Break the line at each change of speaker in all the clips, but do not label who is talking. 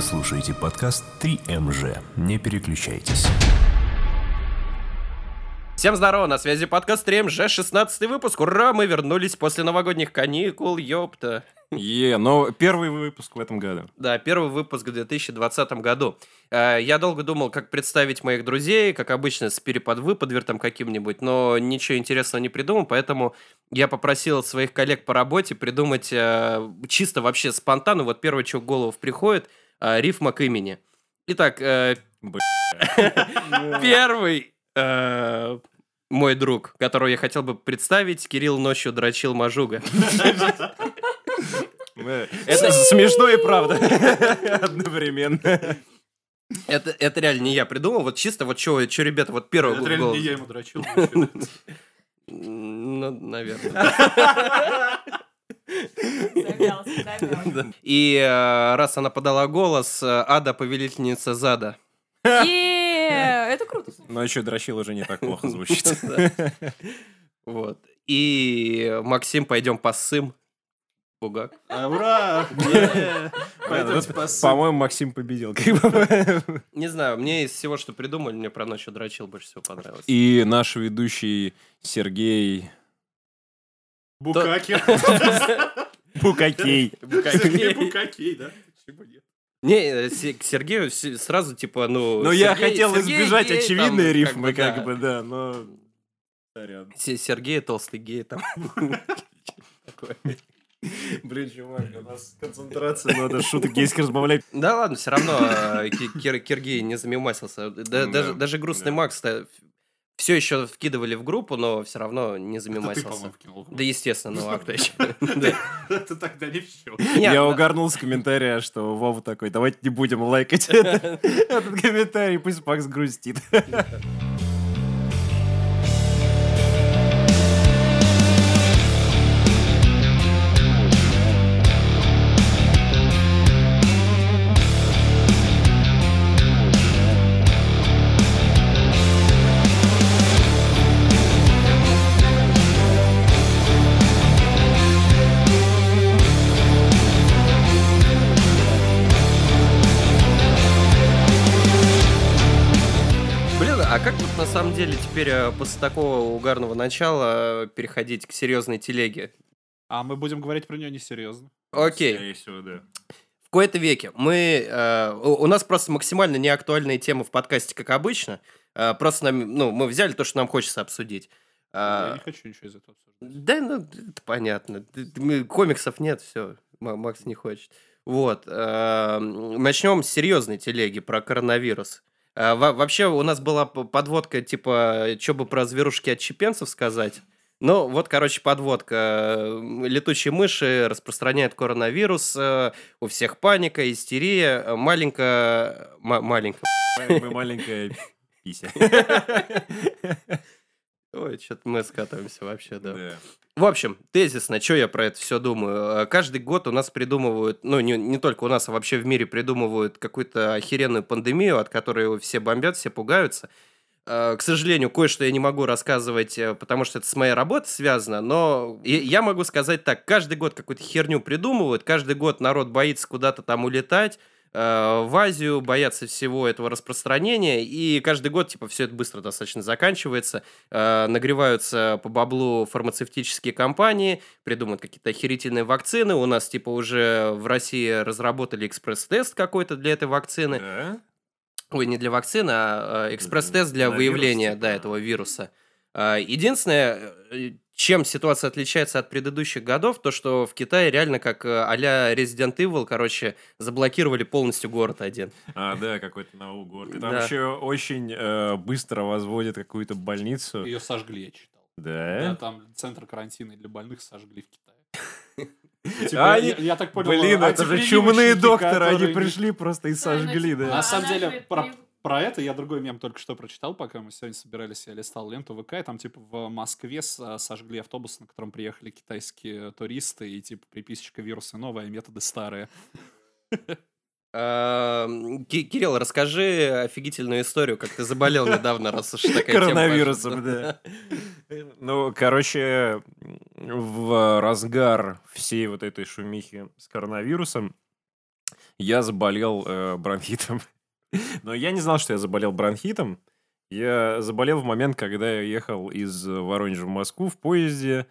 слушаете подкаст 3МЖ. Не переключайтесь.
Всем здорово, на связи подкаст 3МЖ, 16 выпуск. Ура, мы вернулись после новогодних каникул, ёпта.
Е, но первый выпуск в этом году.
Да, первый выпуск в 2020 году. Э, Я долго думал, как представить моих друзей, как обычно, с переподвы, подвертом каким-нибудь, но ничего интересного не придумал, поэтому я попросил своих коллег по работе придумать э, чисто вообще спонтанно, вот первое, что в голову приходит, э, рифма к имени. Итак, э, первый э, мой друг, которого я хотел бы представить, Кирилл ночью дрочил Мажуга.
Это смешно и правда. Одновременно.
Это, это реально не я придумал, вот чисто вот что, ребята, вот первое
Это
в
реально
голову.
не я ему дрочил.
М, Ну, наверное.
Замялся, замялся.
И э, раз она подала голос, э, Ада повелительница Зада.
Е, Это круто. слушай.
Но еще дрочил уже не так плохо звучит.
Да. Вот. И Максим, пойдем по сым. Бугак.
А, Ура! Поэтому
Этот, По-моему, Максим победил. как бы.
Не знаю, мне из всего, что придумали, мне про ночью дрочил больше всего понравилось.
И наш ведущий Сергей
Букаки.
Пукакей.
Сергей
Букаки.
Букаки, да? Почему нет?
Не, э, Се- к Сергею с- сразу типа, ну...
Но я
Сергей-
хотел
Сергей
избежать
гей, там,
очевидной рифмы,
да.
как бы, да, но... Сорян.
Се- Сергей толстый гей там. Такое.
Блин, чувак, у нас концентрация, надо шуток есть разбавлять.
Да ладно, все равно э, Ки- Кир- Киргей не замемасился. Да-
Да,
Даже даже грустный
да.
Макс все еще вкидывали в группу, но все равно не
Это ты, по-моему,
замемасился.
кинул.
Да, естественно, ну а кто еще?
Это тогда не все.
Я
Нет,
угарнул с комментария, что Вова такой, давайте не будем лайкать этот этот комментарий, пусть Макс грустит.
Блин, а как вот на самом деле теперь э, после такого угарного начала э, переходить к серьезной телеге?
А мы будем говорить про нее несерьезно.
Окей,
Скорее всего, да.
в кои-то веке мы... э, у у нас просто максимально неактуальные темы в подкасте, как обычно. Э, Просто нам, ну, мы взяли то, что нам хочется обсудить.
Я
А.
Э,
не хочу ничего из этого обсуждать.
Да, ну, это понятно. Ты- ты- мы- Комиксов нет, все. Макс не хочет. Вот. эм, Начнем с серьезной телеги про коронавирус. Э, во- Вообще у нас была п- подводка, типа, что бы про зверушки отщепенцев сказать. Ну, вот, короче, подводка. Эм, Летучие мыши распространяют коронавирус, э, у всех паника, истерия, э, маленькая... ма- маленькая...
Мы маленькая пися.
Ой, что-то мы скатываемся вообще, да.
Да.
В общем, тезисно, что я про это все думаю. Э, Каждый год у нас придумывают, ну, не, не только у нас, а вообще в мире придумывают какую-то охеренную пандемию, от которой все бомбят, все пугаются. Э, К сожалению, кое-что я не могу рассказывать, э, потому что это с моей работой связано, но и- я могу сказать так, каждый год какую-то херню придумывают, каждый год народ боится куда-то там улетать, э, в Азию, боятся всего этого распространения, и каждый год, типа, все это быстро достаточно заканчивается э, нагреваются по баблу фармацевтические компании, придумывают какие-то охерительные вакцины. У нас, типа, уже в России разработали экспресс-тест какой-то для этой вакцины.
Да?
Ой, не для вакцины, а э, экспресс-тест для
На
выявления
вирус, типа.
да, этого вируса. А, Единственное, э, чем ситуация отличается от предыдущих годов, то что в Китае реально как э, а-ля Resident Evil, короче, заблокировали полностью город один.
А, да, какой-то наугорд. И там
Да.
еще очень э, быстро возводят какую-то больницу.
Ее сожгли, я читал. Да,
Да.
там центр карантина для больных сожгли в Китае.
А
Типа,
они-
я- я так понял, а
Блин, это же чумные
антипрививочники,
докторы, они
которые-
пришли просто и сожгли,
типа,
да.
На самом
Она
деле,
же
про,
прив-
про это я другой мем только что прочитал, пока мы сегодня собирались, я листал ленту ВК, и там, типа, в Москве с- а, сожгли автобус, на котором приехали китайские туристы, и, типа, приписочка вирусы новые, а методы старые.
А, Ки- Кирилл, расскажи офигительную историю, как ты заболел недавно, раз уж такая тема
Коронавирусом,
пошла.
да. Ну, короче, в разгар всей вот этой шумихи с коронавирусом
Я заболел э, бронхитом. Но я не знал, что я заболел бронхитом. Я заболел в момент, когда я ехал из э, Воронежа в Москву в поезде.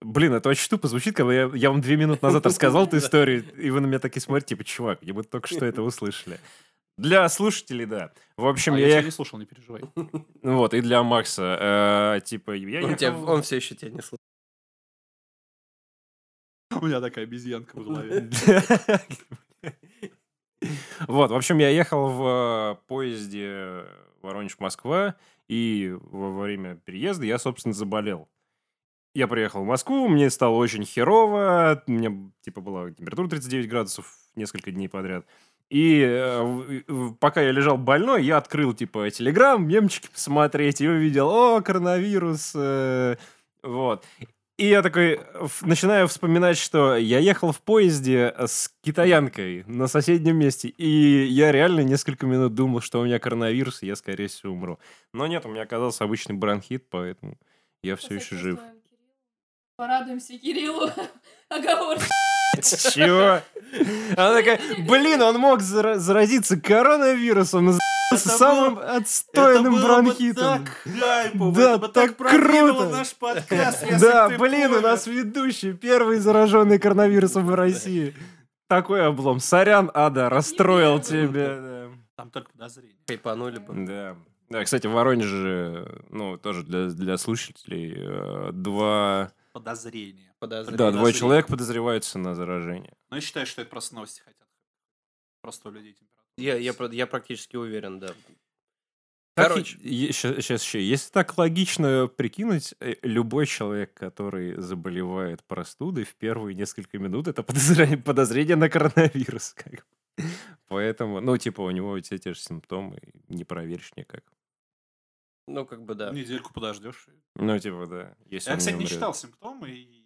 Блин, это очень тупо звучит, когда я, я вам две минуты назад рассказал эту историю, и вы на меня такие смотрите, типа, чувак, я бы только что это услышали. Для слушателей, да. В общем,
А я
я
тебя
ехал...
не слушал, не переживай.
Ну Вот, и для Макса. э, типа, я
Он, тебя-
ехал...
он все еще тебя не слышит.
У меня такая обезьянка в голове.
Вот, в общем, я ехал в э, поезде Воронеж-Москва, и во во время переезда я, собственно, заболел. Я приехал в Москву, мне стало очень херово, у меня, типа, была температура 39 градусов несколько дней подряд. И э, в- в- пока я лежал больной, я открыл, типа, телеграм, мемчики посмотреть, и увидел, о, коронавирус, э, вот. И я такой э, ф- начинаю вспоминать, что я ехал в поезде э, с китаянкой на соседнем месте, и я реально несколько минут думал, что у меня коронавирус, и я, скорее всего, умру. Но нет, у меня оказался обычный бронхит, поэтому я все еще жив.
Посочувствуем Кириллу. Порадуемся Кириллу. Оговор.
Чего? Она такая, блин, он мог зара- заразиться коронавирусом и заразился самым отстойным бронхитом. Да, так круто.
подкаст,
Да, блин, у нас ведущий, первый зараженный коронавирусом в России. Такой облом. Сорян, Ада, расстроил тебя.
Там только подозрение.
Хайпанули
Да.
бы.
Да. Да, кстати, в Воронеже, ну, тоже для, для слушателей, э, два,
Подозрение.
Подозрение.
да, двое
подозрение.
человек подозреваются на заражение.
Но я считаю, что это просто новости хотят. Просто у людей температура.
Я, я, про- я практически уверен, да. Короче.
Короче, сейчас еще, если так логично прикинуть, э, любой человек, который заболевает простудой в первые несколько минут, это подозрение, подозрение на коронавирус. Как. бы. Поэтому, ну, типа, у него все те же симптомы, не проверишь никак.
Ну, как бы да.
Недельку подождешь.
Ну, типа, да. Если
Я,
он
кстати, не
умрет.
читал симптомы и не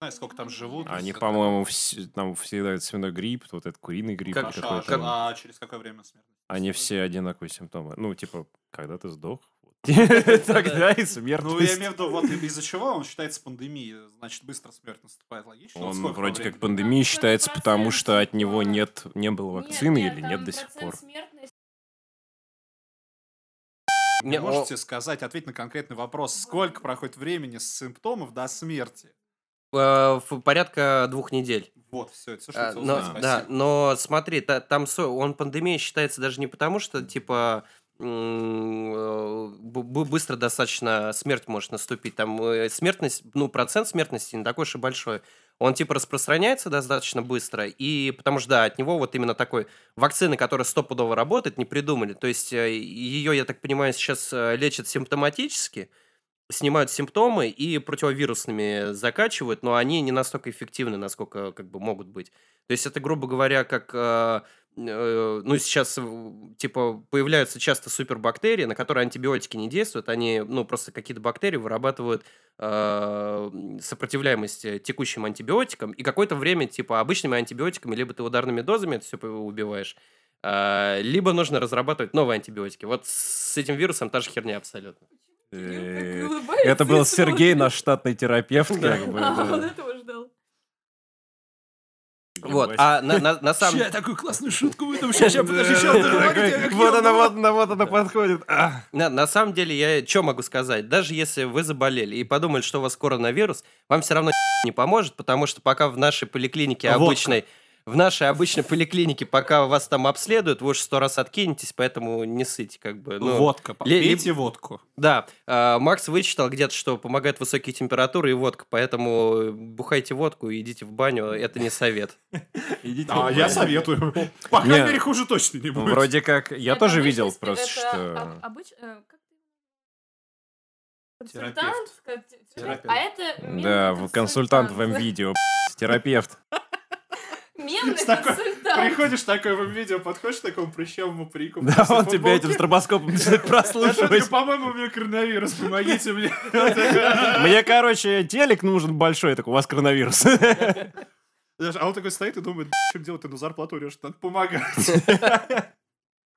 знаю, сколько там живут. и
Они,
всё
по-моему, вс- там всегда этот свиной грипп, вот этот куриный грипп.
Как-
такое.
или
Хорошо, а
какой-то
жил-
там.
а через какое время смерть?
Они все одинаковые симптомы. Ну, типа, когда ты сдох, вот. тогда и
Ну, я
смертность.
имею в виду, вот из-за чего он считается пандемией. Значит, быстро смерть наступает. Логично. Вот
Он
сколько по
вроде как
времени?
пандемией
Там
считается, потому что от него нет,
процент,
не было вакцины или нет до сих пор.
Не,
Вы
о-
можете сказать, ответить на конкретный вопрос, сколько проходит времени с симптомов до смерти?
э, в- порядка двух недель.
Вот, все, это все, что
А,
я хотел узнать,
но, да,
спасибо.
но смотри, та- там со- он пандемией считается даже не потому, что типа м, э, бу- бу- быстро достаточно смерть может наступить. Там э, смертность, ну, процент смертности не такой уж и большой. Он типа распространяется достаточно быстро, и потому что, да, от него вот именно такой вакцины, которая стопудово работает, не придумали. То есть ее, я так понимаю, сейчас э, лечат симптоматически, снимают симптомы и противовирусными закачивают, но они не настолько эффективны, насколько как бы могут быть. То есть это, грубо говоря, как... э, э, ну, сейчас, в- типа, появляются часто супербактерии, на которые антибиотики не действуют. Они, ну, просто какие-то бактерии вырабатывают э, сопротивляемость э, текущим антибиотикам. И какое-то время, типа, обычными антибиотиками, либо ты ударными дозами это все убиваешь, э, либо нужно разрабатывать новые антибиотики. Вот с этим вирусом та же херня абсолютно.
ну,
Э, Это был Сергей, наш штатный терапевт, как бы.
А, он
да.
этого ждал.
Вот, а на, на- на самом...
такую классную шутку выдумал. Сейчас, подожди, щас,
Такой,
давай, где- где
Вот
он
она,
был?
вот она, вот она подходит. А.
На, на самом деле, я что могу сказать? Даже если вы заболели и подумали, что у вас коронавирус, вам все равно не поможет, потому что пока в нашей поликлинике
Водка.
обычной... В нашей обычной поликлинике, пока вас там обследуют, вы уже сто раз откинетесь, поэтому не сыте, как бы. ну.
Водка,
ле-
пейте водку.
Да, а, Макс вычитал где-то, что помогают высокие температуры и водка, поэтому бухайте водку и идите в баню, это не совет.
Идите
А
в
я
баню.
советую. По
крайней
крайней
мере,
мере, хуже точно не
Ну,
будет.
Вроде как, я
Это
тоже
обычный
видел
спе-
просто,
это
что...
об- обыч- э, как ты?
Терапевт.
Консультант? Ка- те-
Терапевт.
А это мемный
Да, в- консультант в МВидео, терапевт.
Мемный
С такой-
консультант.
Приходишь такой в видео, подходишь к такому прыщавому парику.
Да, он тебя этим стробоскопом начинает прослушивать.
По-моему, у меня коронавирус, помогите мне.
Мне, короче, телек нужен большой, так у вас коронавирус.
А он такой стоит и думает, чем делать, ты на зарплату урешь, надо помогать.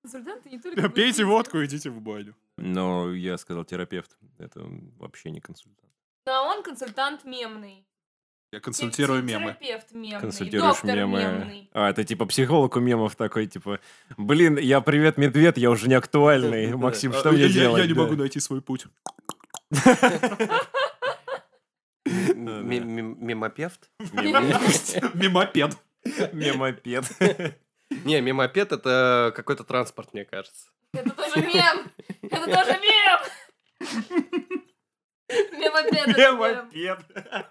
Консультанты не только...
Пейте водку, идите в баню.
Но я сказал терапевт. Это вообще не консультант.
Ну, а он консультант мемный.
Я консультирую мемы.
Терапевт мемный,
Консультируешь
доктор
мемы.
мемный.
А, это типа психолог у мемов такой, типа, блин, я привет, медведь, я уже не актуальный. Максим, что
А, я- я-
мне делать?
Я не
Да.
могу найти свой путь.
М- мем- Мемопевт?
Мемопед.
Мемопед.
Не, мемопед это какой-то транспорт, мне кажется.
Это тоже мем! Это тоже мем! Мемопед. это мем.
Мемопед.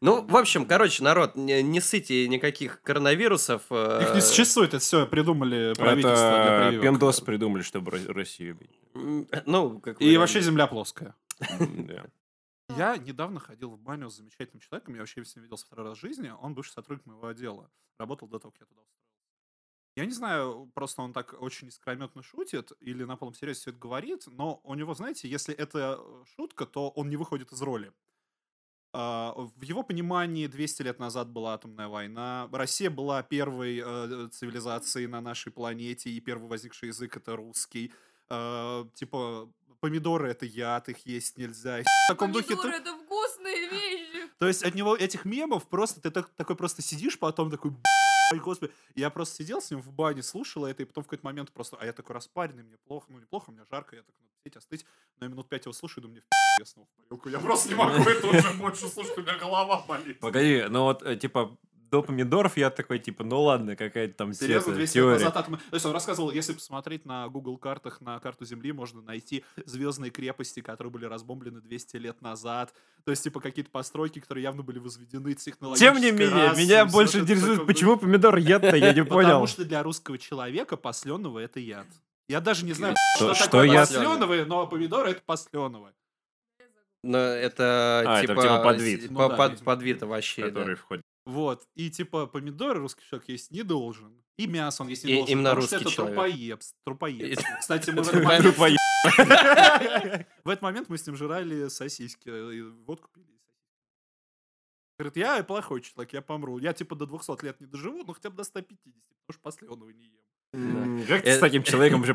Ну, в общем, короче, народ, не, не сыте никаких коронавирусов. э,
Их не существует, это все придумали правительство для
Это
прививок.
пиндос придумали, чтобы Ро- Россию бить.
м, Ну, как
И
вариант.
вообще земля плоская.
Да.
Я недавно ходил в баню с замечательным человеком, я вообще с ним виделся второй раз в жизни. Он бывший сотрудник моего отдела. Работал до того, как я туда устроился. Я не знаю, просто он так очень искрометно шутит или на полном серьезе все это говорит, но у него, знаете, если это э, шутка, то он не выходит из роли. А, В его понимании 200 лет назад была атомная война, Россия была первой э, цивилизацией на нашей планете, и первый возникший язык — это русский. Э, Типа, помидоры — это яд, их есть нельзя. И В таком духе ты-
Помидоры это вкусные вещи.
то есть от него этих мемов просто ты так- такой просто сидишь, потом такой «Б***ь, ой, господи. Я просто сидел с ним в бане, слушал это, и потом в какой-то момент просто, а я такой распаренный, мне плохо, ну неплохо, мне жарко, я так надо сидеть, остыть, но я минут пять его слушаю, и думаю, мне в я снова в парилку, я просто не могу это уже больше слушать, у меня голова болит.
Погоди, ну вот, э, типа, до помидоров я такой, типа, ну ладно, какая-то там
Серьезно,
это,
200 лет
теория.
назад атомы- То есть он рассказывал, если посмотреть на Google картах, на карту Земли, можно найти звездные крепости, которые были разбомблены 200 лет назад. То есть, типа, какие-то постройки, которые явно были возведены технологически.
Тем не менее, меня больше
ну,
интересует, почему помидор яд-то, я не понял.
Потому что для русского человека посленово это яд. Я даже не знаю,
Что-
что,
что
такое
яд?
посленовые, но помидоры это посленовые.
Но это,
А, это
типа,
типа подвид.
с-
Ну
по-
да,
под-
видимо.
подвид овощей, да.
Который входит.
Вот. И типа помидоры русский человек есть не должен. И мясо он есть не
И-
должен.
именно
потому что
русский
это
человек.
трупоебс. трупоебс.
И-
Кстати, мы в этот момент-
Тупо е-
В этот момент мы с ним жрали сосиски, э, и водку пили. и сосиски. Говорит, я плохой человек, я помру. Я типа до 200 лет не доживу, но хотя бы до 150, потому что последнего не ем.
Э,
М, Как ты с таким человеком вообще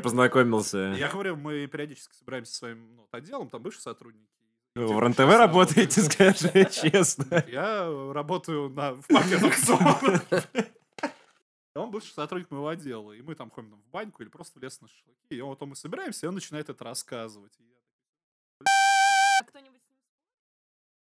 э,
познакомился?
Я говорю, мы периодически собираемся с своим ну, отделом, там бывшие сотрудники.
В РНТВ работаете, скажи честно.
Я э, работаю на, в пакетах зонах. Он бывший сотрудник моего отдела, и мы там ходим там в баньку или просто в лес на шашлыки. И вот мы собираемся, и он начинает это рассказывать. И я
А кто-нибудь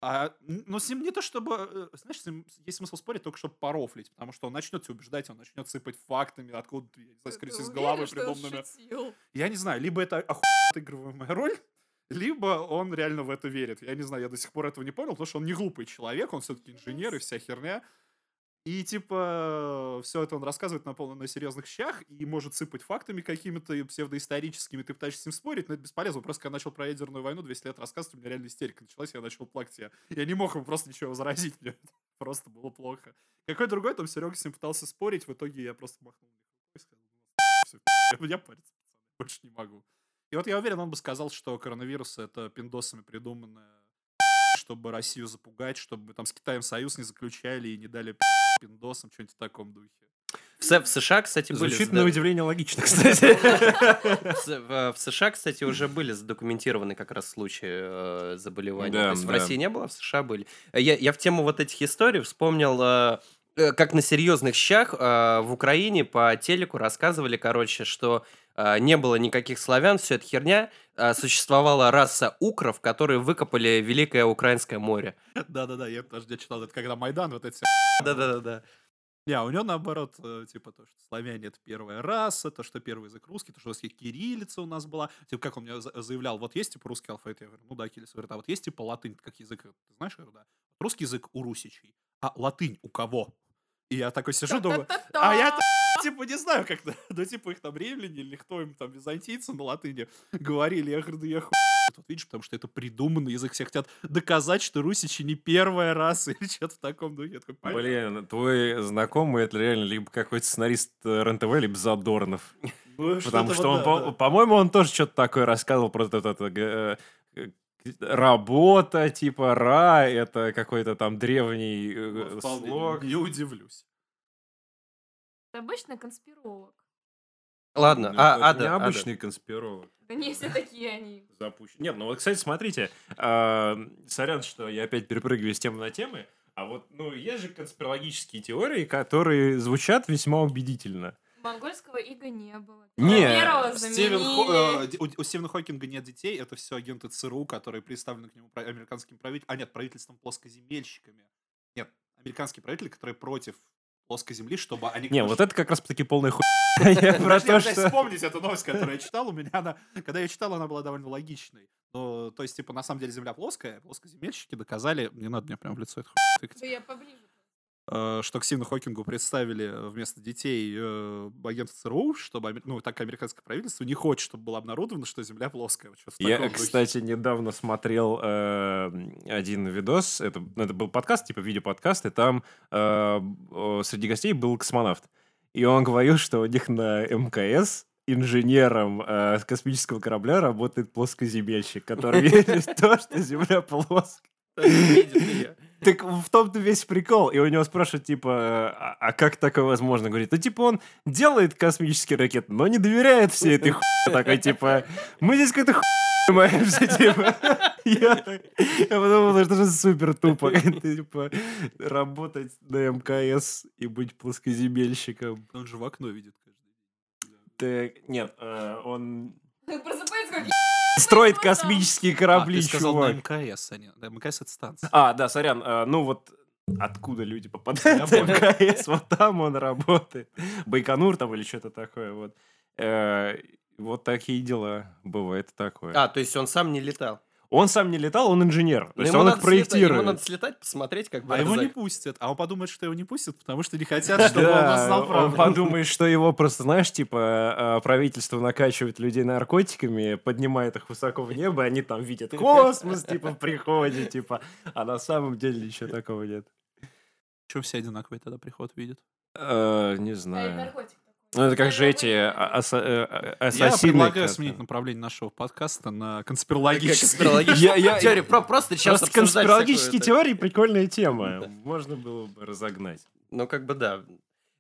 А, н- но с ним не то чтобы, э, знаешь, с ним с- есть смысл спорить только чтобы порофлить, потому что он начнет тебя убеждать, он начнет сыпать фактами, откуда ты, я не знаю, скорее
Э, ну,
всего, из головы придуманными. Я не знаю, либо это оху- отыгрываемая роль, либо он реально в это верит. Я не знаю, я до сих пор этого не понял, потому что он не глупый человек, он все-таки инженер и вся херня. И типа все это он рассказывает на полно на серьезных щах и может сыпать фактами какими-то и псевдоисторическими, ты пытаешься с ним спорить, но это бесполезно. Просто когда я начал про ядерную войну 200 лет рассказывать, у меня реально истерика началась, я начал плакать. Я, я не мог ему просто ничего возразить, мне просто было плохо. Какой другой там Серега с ним пытался спорить, в итоге я просто махнул рукой и сказал, «Ну, все, я париться, пацаны, больше не могу. И вот я уверен, он бы сказал, что коронавирус — это пиндосами придуманное, чтобы Россию запугать, чтобы там с Китаем союз не заключали и не дали пи- пиндосам, что-нибудь в таком духе.
В, С- в США, кстати, были...
Звучит
сда-
на удивление логично, кстати.
в С- В в США, кстати, уже были задокументированы как раз случаи э, заболеваний.
Да,
То есть в
да.
России не было, в США были. Я, я в тему вот этих историй вспомнил, э, э, как на серьезных щах э, в Украине по телеку рассказывали, короче, что э, не было никаких славян, все это херня. Э, Существовала раса укров, которые выкопали Великое Украинское море.
Да-да-да, я даже где читал, это когда Майдан, вот эти...
Да-да-да.
Не, а у него наоборот, э, типа, то, что славяне — это первая раса, то, что первый язык русский, то, что русский кириллица у нас была. Типа, как он мне за- заявлял, вот есть, типа, русский алфавит, я говорю, ну да, кириллица, говорит, а вот есть, типа, латынь как язык, ты знаешь, я говорю, да. Русский язык у русичей, а латынь у кого? И я такой сижу, думаю, а я типа не знаю, как то Ну, типа, их там римляне или кто им там, византийцы на латыни говорили. Я говорю, да я хуй. Вот видишь, потому что это придуманный язык. Все хотят доказать, что русичи не первая раса или что-то в таком духе. Я такой, «Понятно».
Блин, твой знакомый это реально либо какой-то сценарист э, РНТВ, либо Задорнов.
Ну, что-то
Потому что
вот
он,
да,
по-
да.
по-моему, он тоже что-то такое рассказывал про это, это, э, э, работа, типа Ра, это какой-то там древний э,
Вот вполне,
слог.
Не удивлюсь.
Обычно конспиролог.
Ладно,
Ну,
а,
это
Ада, Ада.
необычный конспиролог.
Да не все такие они.
запущен. Нет, ну вот, кстати, смотрите, а, сорян, что я опять перепрыгиваю с темы на темы, а вот, ну, есть же конспирологические теории, которые звучат весьма убедительно.
Монгольского ига не было.
Не,
Первого
Стивен Хо-
заменили.
э, Ди- у, у Стивена Хокинга нет детей, это все агенты ЦРУ, которые представлены к нему пра- американским правительством, а нет, правительством плоскоземельщиками. Нет, американские правители, которые против плоской земли, чтобы они...
Не, вот это как раз таки полная хуйня. Я про
Подожди, я
то,
пытаюсь
что...
вспомнить эту новость, которую я читал, у меня она... Когда я читал, она была довольно логичной. Но, то есть, типа, на самом деле Земля плоская, плоскоземельщики доказали... Не надо мне прям в лицо это хуй тыкать.
Да я поближе.
э, что к Стивену Хокингу представили э, вместо детей э, агента ЦРУ, чтобы, амер- ну, так американское правительство не хочет, чтобы было обнародовано, что Земля плоская. Вот что-то в
Я,
таком духе.
кстати, недавно смотрел э, один видос, это, ну, это был подкаст, типа видеоподкаст, и там э, э, среди гостей был космонавт. И он говорил, что у них на МКС инженером э, космического корабля работает плоскоземельщик, который верит в то, что Земля плоская.
Видит её.
Так в том-то весь прикол. И у него спрашивают, типа, а, а как такое возможно? Говорит, ну, типа, он делает космические ракеты, но не доверяет всей этой хуй. Такой, типа, мы здесь как-то хуй занимаемся, типа. Я, так- я подумал, что же супер тупо. Ты, типа, работать на мкс и быть плоскоземельщиком.
Он же в окно видит каждый день.
Так, нет, э, он
Просыпается как
строит
Ну да.
космические корабли,
а, ты сказал
чувак.
на МКС, а не... да, МКС — это станция.
А, да, сорян, э, ну вот откуда люди попадают в
Я
МКС, вот там он работает. Байконур там или что-то такое, вот. Э, Вот такие дела, бывает такое.
А, то есть он сам не летал.
Он сам не летал, он инженер, то
Ну,
есть
ему
он их
надо слета- Ему надо
проектирует.
слетать, посмотреть, как бы.
А его не
разок.
пустят. А он подумает, что его не пустят, потому что не хотят, чтобы он
Да,
узнал
он
правду.
подумает, что его просто, знаешь, типа э, правительство накачивает людей наркотиками, поднимает их высоко в небо, они там видят космос, типа, в приходе, типа, а на самом деле ничего такого нет.
Чего все одинаковые тогда приход видят?
Э, Не знаю.
наркотик.
Ну, это как же эти а- аса- э, а-
Я
ассасины.
предлагаю
как-то.
сменить направление нашего подкаста на
Как
конспирологический.
конспирологические
Я- я-
теории. Про- Просто сейчас
Просто
обсуждать
конспирологические
всякую это.
теории прикольная тема. Можно было бы разогнать.
Ну, как бы да.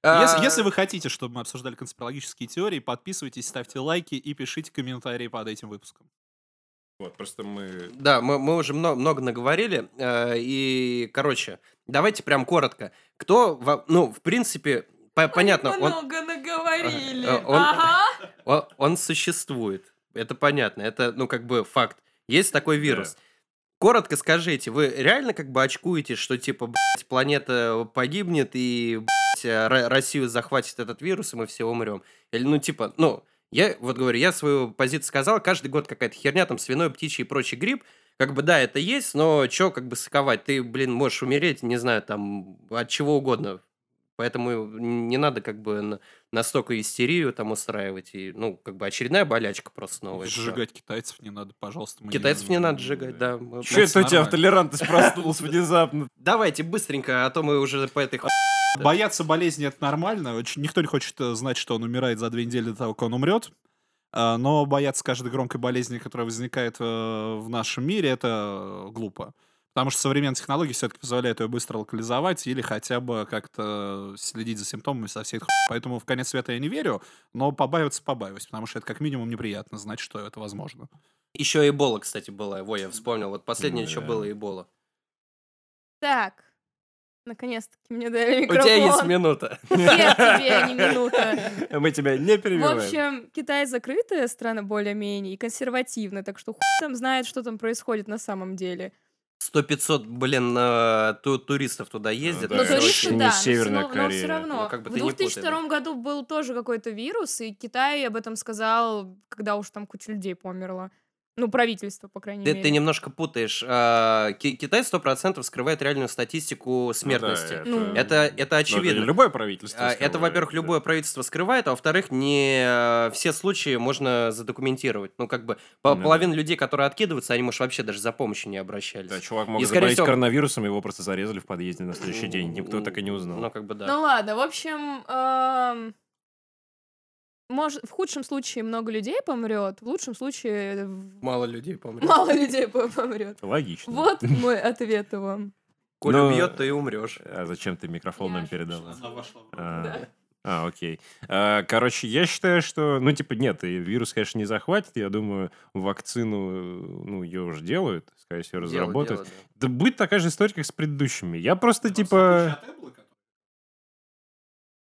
Если,
А,
если вы хотите, чтобы мы обсуждали конспирологические теории, подписывайтесь, ставьте лайки и пишите комментарии под этим выпуском.
Вот, просто мы...
Да, мы, мы уже много, много наговорили. э, И, короче, давайте прям коротко. Кто, во- ну, в принципе, по- понятно, он,
Много наговорили.
Э, э, он-
Ага.
О- Он существует. Это понятно. Это, ну, как бы факт. Есть такой вирус. Коротко скажите, вы реально как бы очкуете, что типа, блядь, планета погибнет и, блядь, Ро- Россию захватит этот вирус, и мы все умрем? Или, ну, типа, ну, я вот говорю, я свою позицию сказал, каждый год какая-то херня, там, свиной, птичий и прочий грипп, как бы, да, это есть, но чё как бы соковать? Ты, блин, можешь умереть, не знаю, там, от чего угодно. Поэтому не надо как бы на- настолько истерию там устраивать. И, ну, как бы очередная болячка просто новая.
Сжигать китайцев не надо, пожалуйста. мы не-
Китайцев не надо сжигать, да. Мы-
Че это у тебя в
нормально.
толерантность проснулась внезапно?
Давайте быстренько, а то мы уже по этой ху-
Бояться болезни это нормально. Очень- Никто не хочет э, знать, что он умирает за две недели до того, как он умрет. А, Но бояться каждой громкой болезни, которая возникает э, в нашем мире, это глупо. Потому что современные технологии все-таки позволяют ее быстро локализовать или хотя бы как-то э, следить за симптомами со всей этой хуйней. Поэтому в конец света я не верю, но побаиваться побаиваюсь, потому что это как минимум неприятно знать, что это возможно.
Еще Эбола, кстати, была. Во, я вспомнил. Вот последнее еще
Да.
было Эбола.
Так. Наконец-таки мне дали
У тебя есть
микрофон.
минута.
Нет тебе, не минута.
Мы тебя не
В
перебиваем.
общем, Китай закрытая страна более-менее и консервативная, так что хуй там знает, что там происходит на самом деле.
Сто пятьсот, блин, э, ту- туристов туда ездят.
Ну
но
Да, это
туристы,
очень
да,
не
но всё
Северная
равно- но все
Корея.
равно.
Ну, как бы
в
ты не путай,
2002 году был тоже какой-то вирус, и Китай об этом сказал, когда уж там куча людей померла. Ну, правительство, по крайней
Ты,
мере.
ты немножко путаешь. А, Ки- Китай сто процентов скрывает реальную статистику смертности.
Ну.
это, это
Ну,
очевидно.
любое правительство.
А,
скрывает,
Это, во-первых,
да.
любое правительство скрывает, а во-вторых, не э, все случаи можно задокументировать. Ну, как бы по-
Ну да.
половина людей, которые откидываются, они, может, вообще даже за помощью не обращались.
Да, чувак мог
И, скорее
заболеть
всего-
коронавирусом, его просто зарезали в подъезде на следующий день. Никто так и не узнал.
Ну, как бы да.
Ну ладно, в общем, эм, может, в худшем случае много людей помрет, в лучшем случае э, в-
Мало людей, по-моему.
мало людей по- помрет.
Логично.
ну, Вот мой ответ вам.
Коля
Но-
бьет, ты и умрешь.
А зачем ты микрофон
Я
нам
же
передала?
пришла.
А, А, окей. А, Короче, я считаю, что... Ну, типа, нет, и вирус, конечно, не захватит. Я думаю, вакцину, ну, ее уже делают, скорее всего,
Дело-
разработают.
дело, да.
Да будет такая же история, как с предыдущими. Я просто,
Ну, в
типа...
отличие от Apple, который-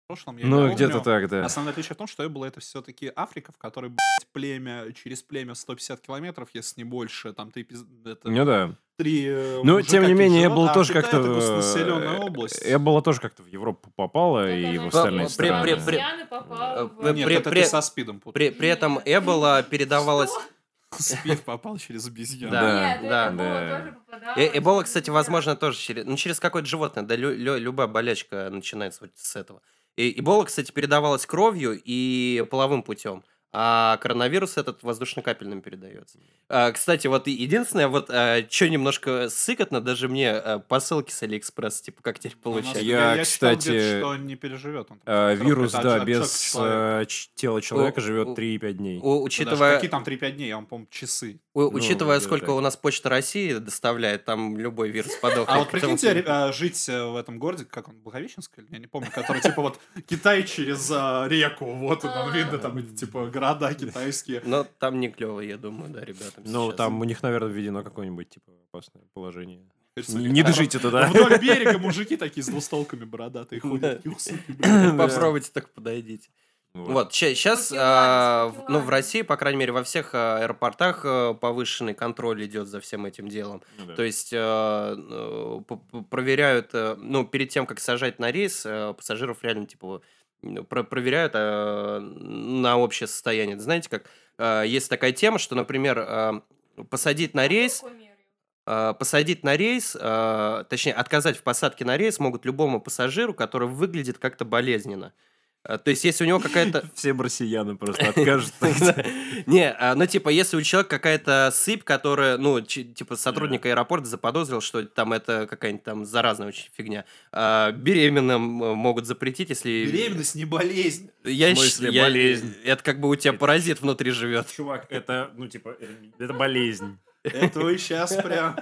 В прошлом я
Ну,
не
где-то
помню.
так, да.
Основное отличие в том, что Apple это все-таки Африка, в которой, блядь, племя, через племя 150 километров, если не больше, там три, пиз- это,
Ну да.
три э,
Ну,
мужика
тем не менее,
живет,
Apple
а
тоже
Китай
как-то...
это густонаселенная
э,
область.
Apple тоже как-то в Европу попала и в
Да-да-да.
остальные
Пре- пре-
страны.
пре-
Обезьяна попала в-
Э,
Нет,
пре-
это
пре-
ты со спидом путаешь.
При, при этом Эбола передавалась...
Спид попал через обезьяну.
Да.
Нет,
да,
это было
да.
тоже попадало.
Э- Эбола, кстати, возможно, тоже через, ну, через какое-то животное. Да, лю- лю- любая болячка начинается вот с этого. И Эбола, кстати, передавалась кровью и половым путем. А коронавирус этот воздушно-капельным передается. А, кстати, вот и- единственное, вот что немножко сыкотно, даже мне а, посылки с Алиэкспресс, типа, как теперь
Ну, У нас-
получать.
Я,
читал где-то,
кстати,
что он не переживет. Он там
Э,
коробка,
Вирус,
это
да,
от- от
без
человека к человеку.
э, ч- тела человека
О,
живет
о.
3-5 дней.
У-
Ну Да даже
учитывая,
Какие там 3-5 дней, я вам помню, часы.
у-
Ну,
учитывая
где-то
сколько
так.
у нас Почта России доставляет, там любой вирус подохнет.
А вот
потому
прикиньте,
что-
ре- а, жить э, в этом городе, как он, Благовещенск, или я не помню, который типа вот Китай через э, реку, вот он, там видно там эти типа города китайские.
Но там не клево, я думаю, да, ребята.
Ну, там у них, наверное, введено какое-нибудь типа опасное положение.
Кажется,
Не
там
дышите туда.
Вдоль берега мужики такие с двустолками бородатые ходят. Ух, суки, блин.
Попробуйте так подойдите. Вот, сейчас,
Ну, Тиландия,
ну, в
Тиландия.
России, по крайней мере, во всех а, аэропортах а, повышенный контроль идет за всем этим делом.
Ну да.
То есть а, ну, п- п- проверяют, а, ну, перед тем, как сажать на рейс, а, пассажиров реально, типа, ну, про- проверяют а, на общее состояние. Это Знаете, как а, есть такая тема, что, например, а, посадить на рейс, а, посадить на рейс, а, точнее, отказать в посадке на рейс могут любому пассажиру, который выглядит как-то болезненно. А, То есть, если у него какая-то...
Всем россиянам просто откажут.
Не, а, ну, типа, если у человека какая-то сыпь, которая, ну, чи- типа, сотрудник аэропорта заподозрил, что там это какая-нибудь там заразная очень фигня. А, Беременным э, могут запретить, если...
Беременность не болезнь.
Я
в смысле
щ- я- э,
болезнь?
Это как бы у тебя паразит внутри живет.
Чувак, это, ну, типа, это болезнь.
Это вы сейчас прям...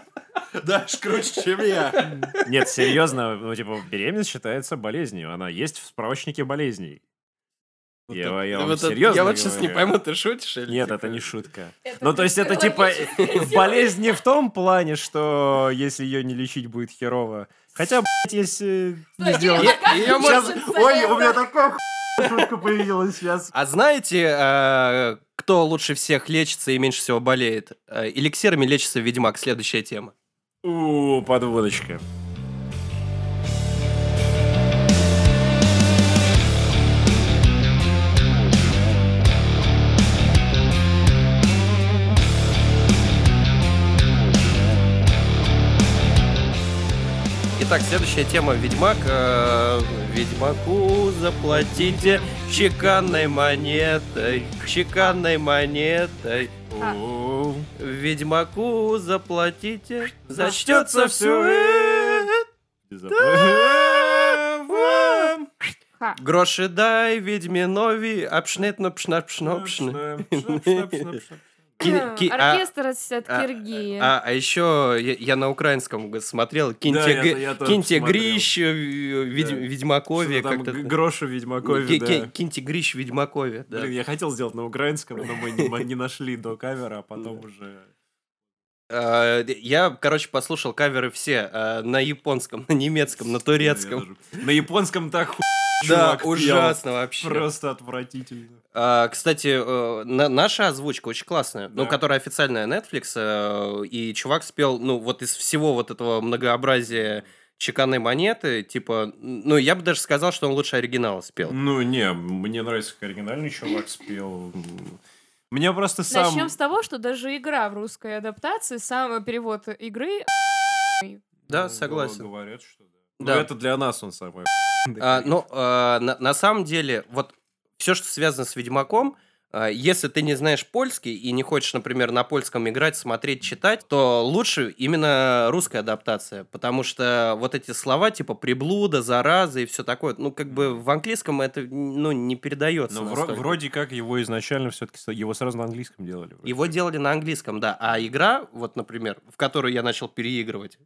Дашь круче, чем я.
Нет, серьезно, ну, типа, беременность считается болезнью. Она есть в справочнике болезней. Я,
это-
я вам
вот это-
серьезно
я вот сейчас не
говорю.
пойму, ты шутишь или
Нет,
типа-
это не шутка. Ну, то есть это типа
психологическая
болезнь не в том плане, что если ее не лечить будет херово. Хотя, блядь, если не
Стой,
сделать...
Кирилл, а как
Её
ты
можно-
можешь
Ой, у меня
это-
такая хуйня шутка появилась сейчас.
А знаете, э, кто лучше всех лечится и меньше всего болеет? Э, Эликсирами лечится ведьмак. Следующая тема.
У, подводочка.
Итак, следующая тема Ведьмак. Э, Ведьмаку заплатите чеканной монетой, чеканной монетой.
У,
Ведьмаку заплатите, зачтется все.
безопасно.
Ха.
Гроши дай, ведьминови, обшнетно пшна пшно пшны.
Шнап, шнап, шнап, шнап.
Ки- ки- а-
Оркестр от от
а-
Киргии.
А, а еще я, я на украинском г- смотрел Киньте,
Да, я-
Г-
я тоже
Киньте
смотрел.
Грищ, э, ведь-
Да.
Ведьмакове,
Что-то там
как-то-
г- Грошу Ведьмакове,
Ки- ки-
да.
Киньте Грищ, Ведьмакове, да.
Блин, я хотел сделать на украинском, но мы не не нашли до камеры, а потом уже...
Э, Я, короче, послушал каверы все э, на японском, на немецком, на турецком.
На японском так ху...
Да,
чувак пел.
ужасно вообще.
Просто отвратительно.
Э, Кстати, э, на- наша озвучка очень классная, ну,
Да.
которая официальная Netflix, э, и чувак спел, ну, вот из всего вот этого многообразия чеканной монеты, типа, ну, я бы даже сказал, что он лучше оригинала спел.
Ну, не, мне нравится, как оригинальный чувак спел. Мне просто сам...
Начнем с того, что даже игра в русской адаптации, сам перевод игры...
Да,
Ну,
согласен.
Говорят, что да.
Да.
Ну, это для нас он самый...
А, ну, а, на, на самом деле, вот все, что связано с Ведьмаком, а, если ты не знаешь польский и не хочешь, например, на польском играть, смотреть, читать, то лучше именно русская адаптация, потому что вот эти слова типа приблуда, зараза и все такое, ну, как бы в английском это, ну, не передается.
Но вро-
настолько.
вроде как его изначально все-таки... Его сразу на английском делали. вроде.
Его делали на английском, да, а игра, вот, например, в которую я начал переигрывать,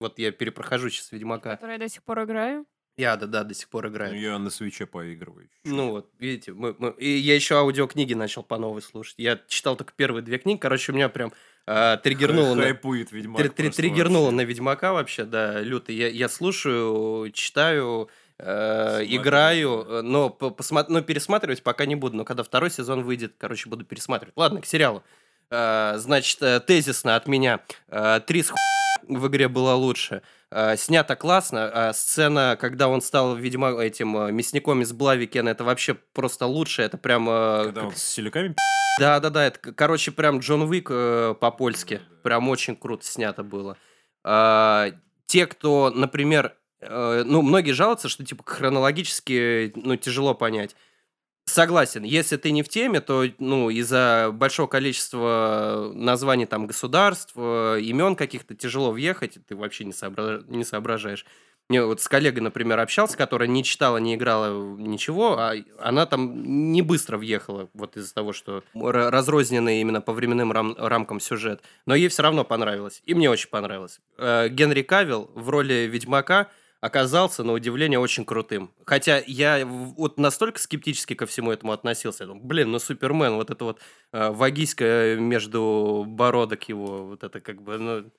вот я перепрохожу сейчас Ведьмака,
Которую я до сих пор играю.
Я, да, да, до сих пор
Ну,
играю.
я на свече поигрываю. чуть-чуть.
Ну вот, видите, мы, мы- и я еще аудиокниги начал по новой слушать. Я читал только первые две книги. Короче, у меня прям а, триггернуло, на,
Хайпует Ведьмак.
три- три-
просто
триггернуло
вообще.
на Ведьмака вообще, да, лютый. Я, я слушаю, читаю, э,
Смотрю,
играю,
да.
э, но, по- посма- но пересматривать пока не буду. Но когда второй сезон выйдет, короче, буду пересматривать. Ладно, к сериалу. Э, значит, э, тезисно от меня. Э, Трис ху- в игре была лучше. Э, Снято классно. А Сцена, когда он стал, видимо, этим э, мясником из Блавикена, это вообще просто лучше. Это прям... э,
Когда он с селюками
да, да, да, это, к- короче, прям Джон Уик э, по-польски. Прям очень круто снято было. А, те, кто, например, э, ну, многие жалуются, что типа хронологически, ну, тяжело понять. Согласен, если ты не в теме, то, ну, из-за большого количества названий там государств, э, имен каких-то тяжело въехать, ты вообще не, сообра- не соображаешь. Я вот с коллегой, например, общался, которая не читала, не играла в ничего, а она там не быстро въехала, вот из-за того, что р- разрозненный именно по временным рам- рамкам сюжет. Но ей все равно понравилось, и мне очень понравилось. Э, Генри Кавилл в роли Ведьмака оказался, на удивление, очень крутым. Хотя я в- вот настолько скептически ко всему этому относился. Я думал, блин, ну Супермен, вот это вот э, вагиська между бородок его, вот это как бы, ну,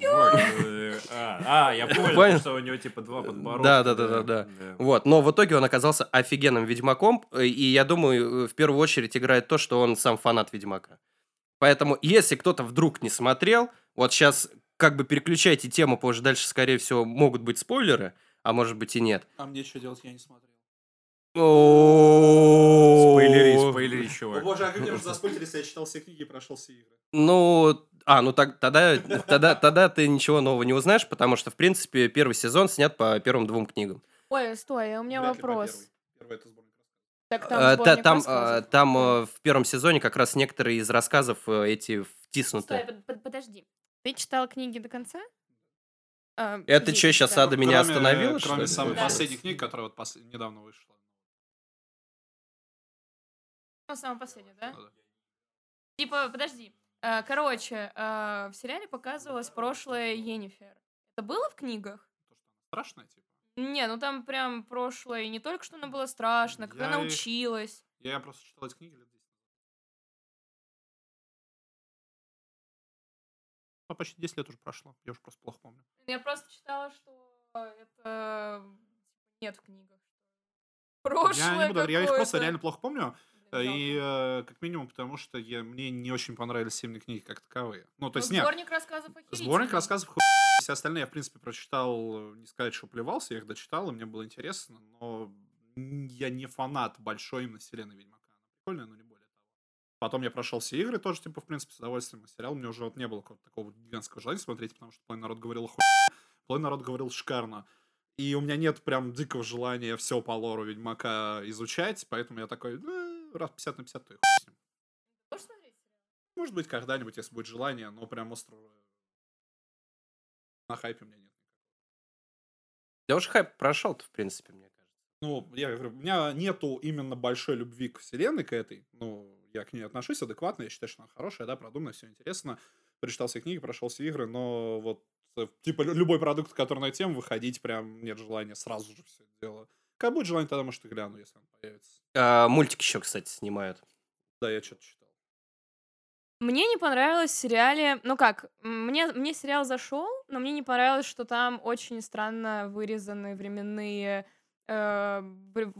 Чувак, э, А, а, я
Понял?
понял, что у него типа два подбородка.
Да, да, да, да, да. Вот, но в итоге он оказался офигенным ведьмаком, э, и я думаю, э, в первую очередь играет то, что он сам фанат ведьмака. Поэтому, если кто-то вдруг не смотрел, вот сейчас как бы переключайте тему, потому что дальше, скорее всего, могут быть спойлеры, а может быть и нет.
А мне что делать, я не смотрел.
Спойлери,
Спойлери,
спойлери,
О
чувак.
боже, а как меня же заспойлерили, если я читал все книги и прошел все игры?
Ну, а, ну так, тогда, тогда, тогда ты ничего нового не узнаешь, потому что, в принципе, первый сезон снят по первым двум книгам.
Ой, стой, у меня
Вряд ли по
вопрос.
первой. Первый это сборник.
Так
Э, та-
там сборник
там, э,
рассказов.
там э, в первом сезоне как раз некоторые из рассказов э, эти
Стой,
втиснуты.
под- под- подожди. Ты читал книги до конца? А,
Это
есть,
чё, щас
да.
Ада меня остановила, что
Кроме
ли,
самой
получается?
последней книги, которая вот пос- недавно вышла.
Ну, самое последнее, да?
Ну да.
Типа, подожди. Э, Короче, э, в сериале показывалось прошлое Енифер. Это было в книгах?
Страшная, типа.
Не, ну там прям прошлое, и не только что она была страшна, как
Я
она
их-
училась.
Я просто читал эти книги лет 10. А почти 10 лет уже прошло. Я уже просто плохо помню.
Я просто читала, что это нет в книгах. Прошлое
я не буду, я их просто
какое-то.
реально плохо помню.
Блин, жалко.
И э, как минимум потому, что я, мне не очень понравились сильные книги как таковые. Ну, то
Ну,
есть, нет,
Сборник рассказов охерительный.
сборник рассказов ху- Все остальные я, в принципе, прочитал, э, не сказать, что плевался, я их дочитал, и мне было интересно, но н- я не фанат большой именно вселенной Ведьмака. Она прикольная, но не более того. Потом я прошел все игры тоже, типа, в принципе, с удовольствием. А сериал мне уже вот не было какого-то такого гигантского желания смотреть, потому что половина народ говорил хуй, половина народ говорил шикарно. И у меня нет прям дикого желания все по лору Ведьмака изучать, поэтому я такой, «Ну, раз 50 на 50, то и хуй с ним.
Можешь смотреть?
Может быть, когда-нибудь, если будет желание, но прям остро на хайпе у меня нет.
Да уж хайп прошел-то, в принципе, мне кажется.
Ну, я говорю, у меня нету именно большой любви к вселенной, к этой. Ну, я к ней отношусь адекватно, я считаю, что она хорошая, да, продуманная, все интересно. Прочитал все книги, прошел все игры, но вот э, типа лю- любой продукт, который на тему, выходить прям нет желания сразу же все это дело. Как будет желание, тогда, может, и гляну, если он появится.
А, мультик еще, кстати, снимают.
Да, я что-то читал.
Мне не понравилось в сериале, ну как, м, мне, мне сериал зашел, но мне не понравилось, что там очень странно вырезаны временные, э, вр-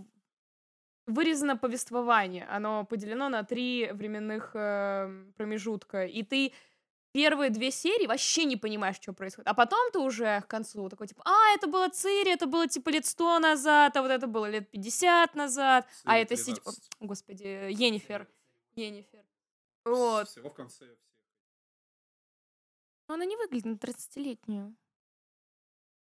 вырезано повествование, оно поделено на три временных э, промежутка, и ты первые две серии вообще не понимаешь, что происходит, а потом ты уже к концу такой, типа, а, это было Цири, это было типа лет сто назад, а вот это было лет 50 назад, а
Цири
это... сидь- О,
13.
Господи, Енифер, Енифер. Вот.
Всего в конце. всех.
Но она не выглядит на 30-летнюю.